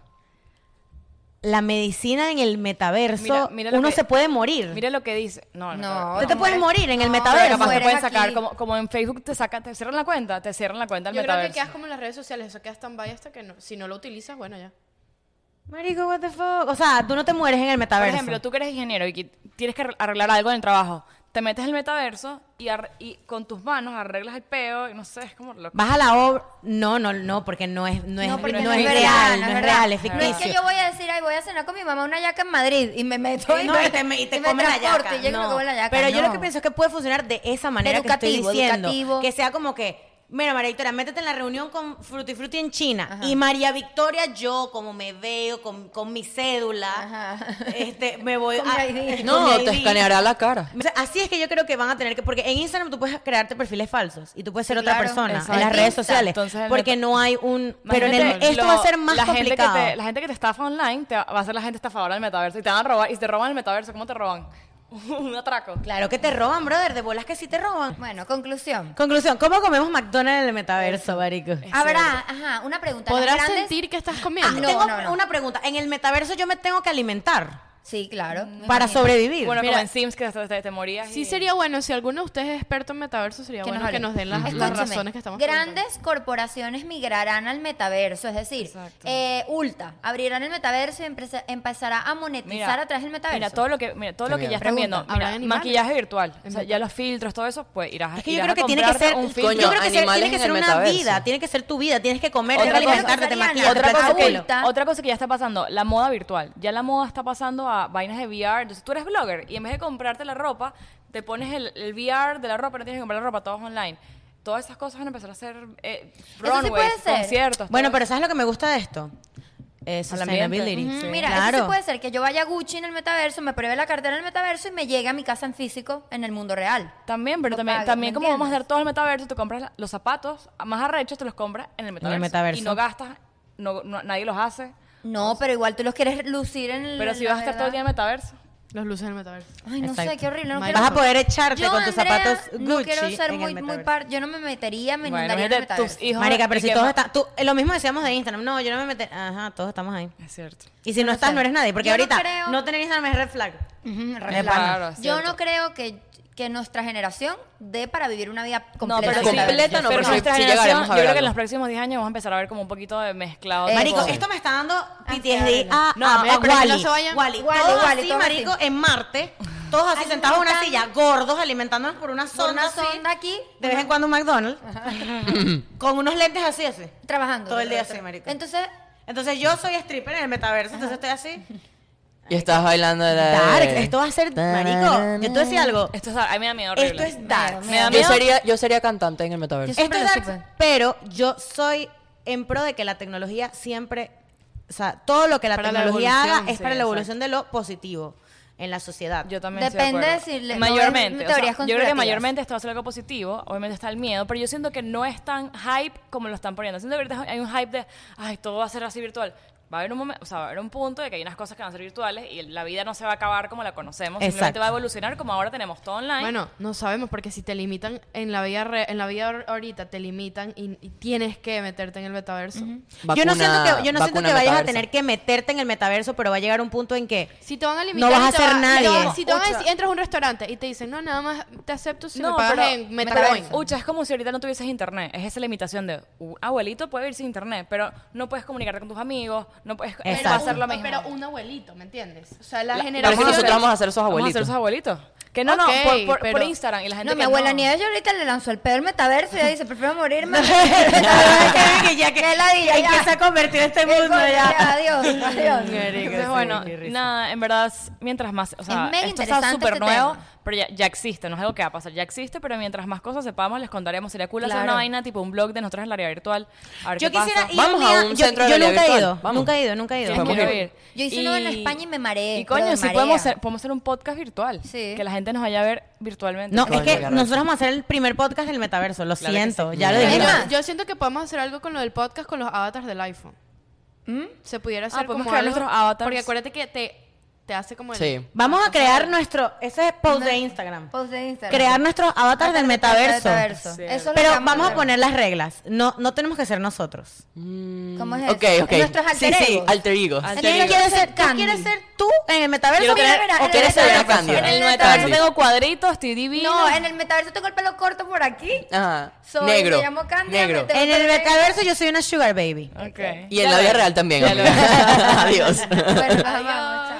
[SPEAKER 1] La medicina en el metaverso,
[SPEAKER 4] Mira- mira lo
[SPEAKER 1] uno
[SPEAKER 4] que-
[SPEAKER 1] se puede morir.
[SPEAKER 4] Mira lo que dice. No,
[SPEAKER 2] No,
[SPEAKER 4] no.
[SPEAKER 1] Tú te puedes morir en
[SPEAKER 4] Pero
[SPEAKER 1] el metaverso.
[SPEAKER 4] capaz te
[SPEAKER 2] mueres
[SPEAKER 4] pueden sacar,
[SPEAKER 2] aquí.
[SPEAKER 4] como, como en Facebook te sacan, te cierran la cuenta, te cierran la cuenta del
[SPEAKER 3] yo creo que
[SPEAKER 4] metaverso.
[SPEAKER 3] quedas como en las redes sociales. Eso quedas tan vaya hasta que no, si no lo utilizas, bueno, ya.
[SPEAKER 1] Marico, what the fuck. O sea, tú no te mueres en el
[SPEAKER 4] Por
[SPEAKER 1] metaverso.
[SPEAKER 4] ejemplo, tú que eres ingeniero y que tienes que arre- arreglar algo en el trabajo, te metes en el metaverso y, ar- y con tus manos arreglas el peo y no sé, es como loco.
[SPEAKER 1] Vas a la obra. No, no, no, porque no es, no es, no
[SPEAKER 2] porque
[SPEAKER 1] es
[SPEAKER 2] verdad,
[SPEAKER 1] real, no es
[SPEAKER 2] verdad.
[SPEAKER 1] real, es
[SPEAKER 2] No es que
[SPEAKER 1] ficticio.
[SPEAKER 2] yo voy a decir, ay, voy a cenar con mi mamá una yaca en Madrid y me meto
[SPEAKER 1] Eh, No, y te, me- y te
[SPEAKER 2] me
[SPEAKER 1] comes la
[SPEAKER 2] transporto
[SPEAKER 1] yaca.
[SPEAKER 2] Y llego y me
[SPEAKER 1] no.
[SPEAKER 2] como la yaca.
[SPEAKER 1] Pero yo lo
[SPEAKER 2] no.
[SPEAKER 1] que pienso es que puede funcionar de esa manera que
[SPEAKER 2] Educativo,
[SPEAKER 1] estoy diciendo.
[SPEAKER 2] educativo.
[SPEAKER 1] Que sea como que, mira, María Victoria, métete en la reunión con Fruti Fruti en China.
[SPEAKER 2] Ajá.
[SPEAKER 1] Y María Victoria, yo, como me veo, con, con mi cédula,
[SPEAKER 2] Ajá.
[SPEAKER 1] este, me voy
[SPEAKER 2] Con mi ID.
[SPEAKER 5] No,
[SPEAKER 1] con mi
[SPEAKER 5] te
[SPEAKER 1] ID.
[SPEAKER 5] escaneará la cara.
[SPEAKER 1] O sea, así es que yo creo que van a tener que. Porque en Instagram tú puedes crearte perfiles falsos y tú puedes ser
[SPEAKER 2] Sí,
[SPEAKER 1] otra
[SPEAKER 2] claro,
[SPEAKER 1] persona en las
[SPEAKER 2] exacto.
[SPEAKER 1] redes sociales.
[SPEAKER 4] Entonces, el
[SPEAKER 1] porque
[SPEAKER 4] meta-
[SPEAKER 1] no hay un. Pero en el-
[SPEAKER 4] Imagínate
[SPEAKER 1] esto
[SPEAKER 4] lo-
[SPEAKER 1] va a ser más
[SPEAKER 4] la
[SPEAKER 1] complicado.
[SPEAKER 4] Gente que te, la gente que te estafa online te va, va a ser la gente estafadora del metaverso y te van a robar. Y si te roban el metaverso, ¿cómo te roban? Un atraco.
[SPEAKER 1] Claro que te roban, brother. De bolas que sí te roban.
[SPEAKER 2] Bueno, conclusión.
[SPEAKER 1] Conclusión: ¿Cómo comemos McDonald's en el metaverso, Barico?
[SPEAKER 2] Habrá, ajá, una pregunta. ¿las
[SPEAKER 3] Podrás
[SPEAKER 2] grandes?
[SPEAKER 3] sentir que estás
[SPEAKER 1] Ah,
[SPEAKER 3] comiendo.
[SPEAKER 2] no,
[SPEAKER 1] tengo
[SPEAKER 2] no, no.
[SPEAKER 1] una pregunta. En el metaverso yo me tengo que alimentar
[SPEAKER 2] Sí, claro.
[SPEAKER 1] Mm, para sobrevivir.
[SPEAKER 4] Bueno,
[SPEAKER 3] Mira.
[SPEAKER 4] como en Sims que te, te- te
[SPEAKER 2] Ah,
[SPEAKER 4] morías.
[SPEAKER 3] Sí
[SPEAKER 4] y-
[SPEAKER 3] sería bueno, si alguno de ustedes es experto en metaverso, sería bueno que
[SPEAKER 2] hablen.
[SPEAKER 3] nos den las, las
[SPEAKER 2] Escúcheme,
[SPEAKER 3] razones que estamos preguntando.
[SPEAKER 2] Grandes corporaciones migrarán al metaverso, es decir,
[SPEAKER 4] Exacto.
[SPEAKER 2] eh, Ulta abrirán el metaverso y empresa- empezará a monetizar a través del metaverso.
[SPEAKER 4] Mira, todo lo que, mira, todo lo que ya están
[SPEAKER 2] Pregunta,
[SPEAKER 4] viendo. Mira,
[SPEAKER 3] ¿habrá animales?
[SPEAKER 4] maquillaje virtual. O sea, ya los filtros, todo eso, pues irás,
[SPEAKER 1] Es que yo
[SPEAKER 4] irás
[SPEAKER 1] creo que
[SPEAKER 4] a
[SPEAKER 1] tiene que
[SPEAKER 4] comprarte
[SPEAKER 1] ser
[SPEAKER 4] un filtro.
[SPEAKER 5] Coño,
[SPEAKER 1] yo creo que ser- tiene
[SPEAKER 5] animales
[SPEAKER 1] que
[SPEAKER 5] en
[SPEAKER 1] ser
[SPEAKER 5] el
[SPEAKER 1] una
[SPEAKER 5] metaverso.
[SPEAKER 1] vida, tiene que ser tu vida, tienes que comer,
[SPEAKER 4] Otra
[SPEAKER 1] tienes que
[SPEAKER 4] cosa-
[SPEAKER 1] alimentarte, te maquillas, te
[SPEAKER 4] Otra
[SPEAKER 1] planchas
[SPEAKER 4] cosa,
[SPEAKER 1] el
[SPEAKER 4] que,
[SPEAKER 1] pelo.
[SPEAKER 2] adulta.
[SPEAKER 4] otra cosa que ya está pasando, la moda virtual. Ya la moda está pasando a vainas de VR. Entonces tú eres blogger y en vez de comprarte la ropa, te pones el, el VR de la ropa, no tienes que comprar la ropa, todo es online. Todas esas cosas van a empezar a ser eh,
[SPEAKER 2] sí
[SPEAKER 4] runways,
[SPEAKER 2] puede ser.
[SPEAKER 4] conciertos.
[SPEAKER 1] Bueno,
[SPEAKER 4] todo
[SPEAKER 1] pero ¿sabes lo que me gusta de esto? Eh,
[SPEAKER 4] Al ambiente.
[SPEAKER 1] sustainability.
[SPEAKER 2] Ujú, Mm, Mira, eso sí puede ser que yo vaya a Gucci en el metaverso, me pruebe la cartera en el metaverso y me llegue a mi casa en físico en el mundo real.
[SPEAKER 4] También, pero
[SPEAKER 2] Lo
[SPEAKER 4] también,
[SPEAKER 2] pagas,
[SPEAKER 4] también
[SPEAKER 2] ¿me
[SPEAKER 4] como vamos a
[SPEAKER 2] entiendes?
[SPEAKER 4] hacer todo el metaverso, te compras la- los zapatos más arrechos, te los compras en el metaverso.
[SPEAKER 1] metaverso.
[SPEAKER 4] Y no gastas, no, no- nadie los hace.
[SPEAKER 2] No, pero igual tú los quieres lucir en el
[SPEAKER 4] Pero si
[SPEAKER 2] la
[SPEAKER 4] vas a estar todo el día
[SPEAKER 2] verdad.
[SPEAKER 4] en metaverso.
[SPEAKER 3] Los luces del metaverso.
[SPEAKER 2] Ay, no sé,
[SPEAKER 1] Exacto.
[SPEAKER 2] qué horrible. No
[SPEAKER 3] Vas
[SPEAKER 2] quiero-
[SPEAKER 1] Vas a poder echarte
[SPEAKER 2] Yo,
[SPEAKER 1] con tus
[SPEAKER 2] Andrea,
[SPEAKER 1] zapatos Gucci
[SPEAKER 2] No quiero ser
[SPEAKER 1] en
[SPEAKER 2] muy,
[SPEAKER 1] el
[SPEAKER 2] muy
[SPEAKER 1] metaverso.
[SPEAKER 2] par. Yo no me metería, me
[SPEAKER 4] Bueno,
[SPEAKER 2] inundaría en el
[SPEAKER 4] imagínate,
[SPEAKER 2] metaverso.
[SPEAKER 4] tus hijos.
[SPEAKER 1] Marica, pero
[SPEAKER 4] y
[SPEAKER 1] si
[SPEAKER 4] que
[SPEAKER 1] todos
[SPEAKER 4] ma-
[SPEAKER 1] están... tú- eh, lo mismo decíamos de Instagram. No, yo no me meto... Ajá, todos estamos ahí.
[SPEAKER 4] Es cierto.
[SPEAKER 1] Y si no, estás, no eres nadie. Porque
[SPEAKER 2] Yo no
[SPEAKER 1] ahorita no,
[SPEAKER 2] creo-
[SPEAKER 1] tener Instagram es red flag.
[SPEAKER 2] Ujú, re
[SPEAKER 4] Es
[SPEAKER 2] plano.
[SPEAKER 4] raro, es
[SPEAKER 2] Yo
[SPEAKER 4] cierto.
[SPEAKER 2] no creo que, que nuestra generación dé para vivir una vida
[SPEAKER 4] No,
[SPEAKER 2] completa.
[SPEAKER 4] pero,
[SPEAKER 2] en el
[SPEAKER 4] sí,
[SPEAKER 5] Completa
[SPEAKER 2] metaverso.
[SPEAKER 5] no,
[SPEAKER 4] pero
[SPEAKER 5] pero sí-
[SPEAKER 4] nuestra
[SPEAKER 5] sí
[SPEAKER 4] generación,
[SPEAKER 5] llegaremos a
[SPEAKER 4] yo
[SPEAKER 5] ver
[SPEAKER 4] creo que en
[SPEAKER 5] algo.
[SPEAKER 4] los próximos 10 años vamos a empezar a ver como un poquito de mezclado.
[SPEAKER 2] Eh,
[SPEAKER 4] de
[SPEAKER 1] Marico,
[SPEAKER 4] cosas.
[SPEAKER 1] esto me está dando PTSD
[SPEAKER 2] Ansiedad.
[SPEAKER 1] a,
[SPEAKER 4] No,
[SPEAKER 1] a,
[SPEAKER 4] pero
[SPEAKER 1] a
[SPEAKER 4] es que no
[SPEAKER 1] Ah, Wally.
[SPEAKER 3] se vayan-
[SPEAKER 1] Wally.
[SPEAKER 2] Wally,
[SPEAKER 1] todos
[SPEAKER 2] Wally,
[SPEAKER 1] así,
[SPEAKER 2] todos así.
[SPEAKER 1] marico, en Marte. Todos así sentados en una silla, gordos, alimentándonos por una sonda
[SPEAKER 2] una
[SPEAKER 1] así.
[SPEAKER 2] sonda aquí.
[SPEAKER 1] De vez en cuando un McDonald's. con unos lentes así, así.
[SPEAKER 2] Trabajando.
[SPEAKER 1] Todo el día
[SPEAKER 2] Tra-
[SPEAKER 1] así, marico.
[SPEAKER 2] Entonces,
[SPEAKER 1] Entonces yo soy stripper en el metaverso, entonces estoy así.
[SPEAKER 5] Y estás bailando de la...
[SPEAKER 1] Dark, esto va a ser, marico, yo te decía algo.
[SPEAKER 4] Esto es, a mí me da miedo
[SPEAKER 1] Esto
[SPEAKER 4] horrible.
[SPEAKER 1] es dark.
[SPEAKER 4] Me da
[SPEAKER 5] Yo
[SPEAKER 4] miedo.
[SPEAKER 5] sería, yo sería cantante en el metaverso.
[SPEAKER 2] Yo siempre
[SPEAKER 1] Esto es
[SPEAKER 2] lo
[SPEAKER 1] dark,
[SPEAKER 2] supe.
[SPEAKER 1] pero yo soy en pro de que la tecnología siempre, o sea, todo lo que la
[SPEAKER 3] Para la
[SPEAKER 1] tecnología
[SPEAKER 3] evolución,
[SPEAKER 1] haga es
[SPEAKER 3] sí,
[SPEAKER 1] para la evolución de lo positivo en la sociedad.
[SPEAKER 4] Yo también estoy
[SPEAKER 2] Depende
[SPEAKER 4] acuerdo.
[SPEAKER 2] de si le- no
[SPEAKER 4] mayormente,
[SPEAKER 2] es
[SPEAKER 4] o sea,
[SPEAKER 2] teorías
[SPEAKER 4] yo creo que
[SPEAKER 2] conspirativas.
[SPEAKER 4] mayormente esto va a ser algo positivo, obviamente está el miedo, pero yo siento que no es tan hype como lo están poniendo. Siento que ahorita hay un hype de, ay, todo va a ser así virtual. va a haber un momento, o sea, va a haber un punto de que hay unas cosas que van a ser virtuales y la vida no se va a acabar como la conocemos, simplemente
[SPEAKER 1] Exacto.
[SPEAKER 4] va a evolucionar como ahora tenemos todo online.
[SPEAKER 3] Bueno, no sabemos porque si te limitan en la vida re- en la vida ahor- ahorita te limitan y, y tienes que meterte en el metaverso.
[SPEAKER 1] yo no
[SPEAKER 5] Vacuna-
[SPEAKER 1] siento que, yo no siento
[SPEAKER 5] vacuna
[SPEAKER 1] que vayas a
[SPEAKER 5] metaversa.
[SPEAKER 1] tener que meterte en el metaverso, pero va a llegar un punto en que
[SPEAKER 3] Si te van a limitar,
[SPEAKER 1] vas a
[SPEAKER 3] y te
[SPEAKER 1] ser
[SPEAKER 3] va-
[SPEAKER 1] nadie.
[SPEAKER 3] te van- si te van a
[SPEAKER 2] Ucha.
[SPEAKER 3] decir, entras a un restaurante y te dicen, "No, nada más te acepto si me
[SPEAKER 4] No,
[SPEAKER 3] pagas
[SPEAKER 4] pero-
[SPEAKER 3] en Metacoin."
[SPEAKER 4] pero, Ucha, es como si ahorita no tuvieses internet. Es esa limitación de, uh, abuelito puede ir sin internet, pero no puedes comunicarte con tus amigos, no puedes
[SPEAKER 1] Exacto.
[SPEAKER 4] va a ser lo mismo.
[SPEAKER 3] Pero un- Pero un abuelito, ¿me entiendes? O sea, la,
[SPEAKER 5] Pero es
[SPEAKER 3] generación
[SPEAKER 5] que nosotros vamos a hacer esos
[SPEAKER 4] Vamos a ser
[SPEAKER 5] abuelitos.
[SPEAKER 4] sus abuelitos. Que no,
[SPEAKER 3] Ok,
[SPEAKER 4] no, por, por- por
[SPEAKER 3] pero-
[SPEAKER 4] Instagram y la gente
[SPEAKER 2] No, mi
[SPEAKER 4] que
[SPEAKER 2] abuela
[SPEAKER 4] no.
[SPEAKER 2] Nieves yo ahorita le lanzó el pedo al metaverso y ella dice, prefiero morirme.
[SPEAKER 1] que ya que
[SPEAKER 2] Qué ladilla, ya.
[SPEAKER 1] empieza a convertir este
[SPEAKER 2] Qué
[SPEAKER 1] mundo
[SPEAKER 2] coño, ya,
[SPEAKER 1] ya.
[SPEAKER 2] Adiós, adiós.
[SPEAKER 4] Entonces, bueno, nada, en verdad, mientras más, o sea,
[SPEAKER 2] Es mega
[SPEAKER 4] esto está
[SPEAKER 2] interesante
[SPEAKER 4] súper
[SPEAKER 2] este
[SPEAKER 4] nuevo,
[SPEAKER 2] tema.
[SPEAKER 4] pero ya, ya existe, no es algo que va a pasar, ya existe, pero mientras más cosas sepamos, les contaremos. Sería cool hacer
[SPEAKER 2] Claro.
[SPEAKER 4] una vaina, tipo un blog de nosotros en la área virtual. A ver
[SPEAKER 1] Yo
[SPEAKER 4] qué pasa.
[SPEAKER 1] quisiera ir
[SPEAKER 5] Vamos
[SPEAKER 1] un
[SPEAKER 5] a
[SPEAKER 1] día-
[SPEAKER 5] un
[SPEAKER 1] yo,
[SPEAKER 5] centro de
[SPEAKER 1] yo
[SPEAKER 5] realidad
[SPEAKER 1] nunca he
[SPEAKER 5] virtual.
[SPEAKER 1] ido,
[SPEAKER 5] Vamos.
[SPEAKER 1] nunca he ido, nunca he ido.
[SPEAKER 4] Tienes que
[SPEAKER 5] Vamos a
[SPEAKER 4] ir.
[SPEAKER 2] Yo hice uno en España y me mareé,
[SPEAKER 4] Y
[SPEAKER 2] pero
[SPEAKER 4] coño,
[SPEAKER 2] de
[SPEAKER 4] si podemos
[SPEAKER 2] marea.
[SPEAKER 4] hacer, podemos hacer un podcast virtual.
[SPEAKER 2] Sí.
[SPEAKER 4] Que la gente nos vaya a ver virtualmente.
[SPEAKER 1] No,
[SPEAKER 5] Coño,
[SPEAKER 1] es que
[SPEAKER 5] qué arrecho.
[SPEAKER 1] nosotros vamos a hacer el primer podcast del metaverso, lo
[SPEAKER 5] Claro que
[SPEAKER 1] siento,
[SPEAKER 5] sí.
[SPEAKER 1] ya lo
[SPEAKER 2] Es
[SPEAKER 1] dijimos.
[SPEAKER 2] más,
[SPEAKER 3] yo, yo siento que podemos hacer algo con lo del podcast con los avatars del iPhone. Se pudiera hacer
[SPEAKER 4] ¿Mm? Ah, podemos
[SPEAKER 3] como
[SPEAKER 4] crear
[SPEAKER 3] algo-
[SPEAKER 4] nuestros avatars.
[SPEAKER 3] Porque acuérdate que te, te hace como el...
[SPEAKER 5] Sí.
[SPEAKER 1] Vamos a crear nuestro, ese es post de Instagram,
[SPEAKER 2] Post de Instagram.
[SPEAKER 1] crear nuestros avatars del metaverso.
[SPEAKER 2] metaverso. Eso es lo que
[SPEAKER 1] Pero
[SPEAKER 2] a
[SPEAKER 1] vamos a
[SPEAKER 2] hacer.
[SPEAKER 1] poner las reglas, no, no tenemos que ser nosotros.
[SPEAKER 2] ¿Cómo es eso?
[SPEAKER 5] Ok, ok.
[SPEAKER 2] Nuestros alter
[SPEAKER 5] sí, sí,
[SPEAKER 2] egos.
[SPEAKER 5] alter egos.
[SPEAKER 4] Alter-
[SPEAKER 1] ¿Quién
[SPEAKER 2] Yo
[SPEAKER 1] quiere
[SPEAKER 2] quiero
[SPEAKER 1] ser,
[SPEAKER 2] ser
[SPEAKER 1] tú
[SPEAKER 2] Candy.
[SPEAKER 1] quieres ser tú en el metaverso?
[SPEAKER 5] Quiero tener-
[SPEAKER 2] mira,
[SPEAKER 5] ¿O
[SPEAKER 2] en
[SPEAKER 5] quieres
[SPEAKER 2] el
[SPEAKER 5] ser una
[SPEAKER 2] metaverso,
[SPEAKER 5] Candy?
[SPEAKER 2] en
[SPEAKER 4] En el
[SPEAKER 2] el
[SPEAKER 4] metaverso
[SPEAKER 5] metaverso.
[SPEAKER 4] tengo cuadritos, estoy divino.
[SPEAKER 2] No, en el metaverso tengo el pelo corto por aquí.
[SPEAKER 5] Ajá.
[SPEAKER 2] Soy-
[SPEAKER 5] negro.
[SPEAKER 2] me llamo Candy,
[SPEAKER 5] negro.
[SPEAKER 2] me te-
[SPEAKER 1] En el metaverso yo soy una sugar baby.
[SPEAKER 4] Ok.
[SPEAKER 5] Y en la vida real también.
[SPEAKER 4] Ya
[SPEAKER 5] amiga.
[SPEAKER 4] lo-
[SPEAKER 5] Adiós.
[SPEAKER 2] Bueno, adiós, chao.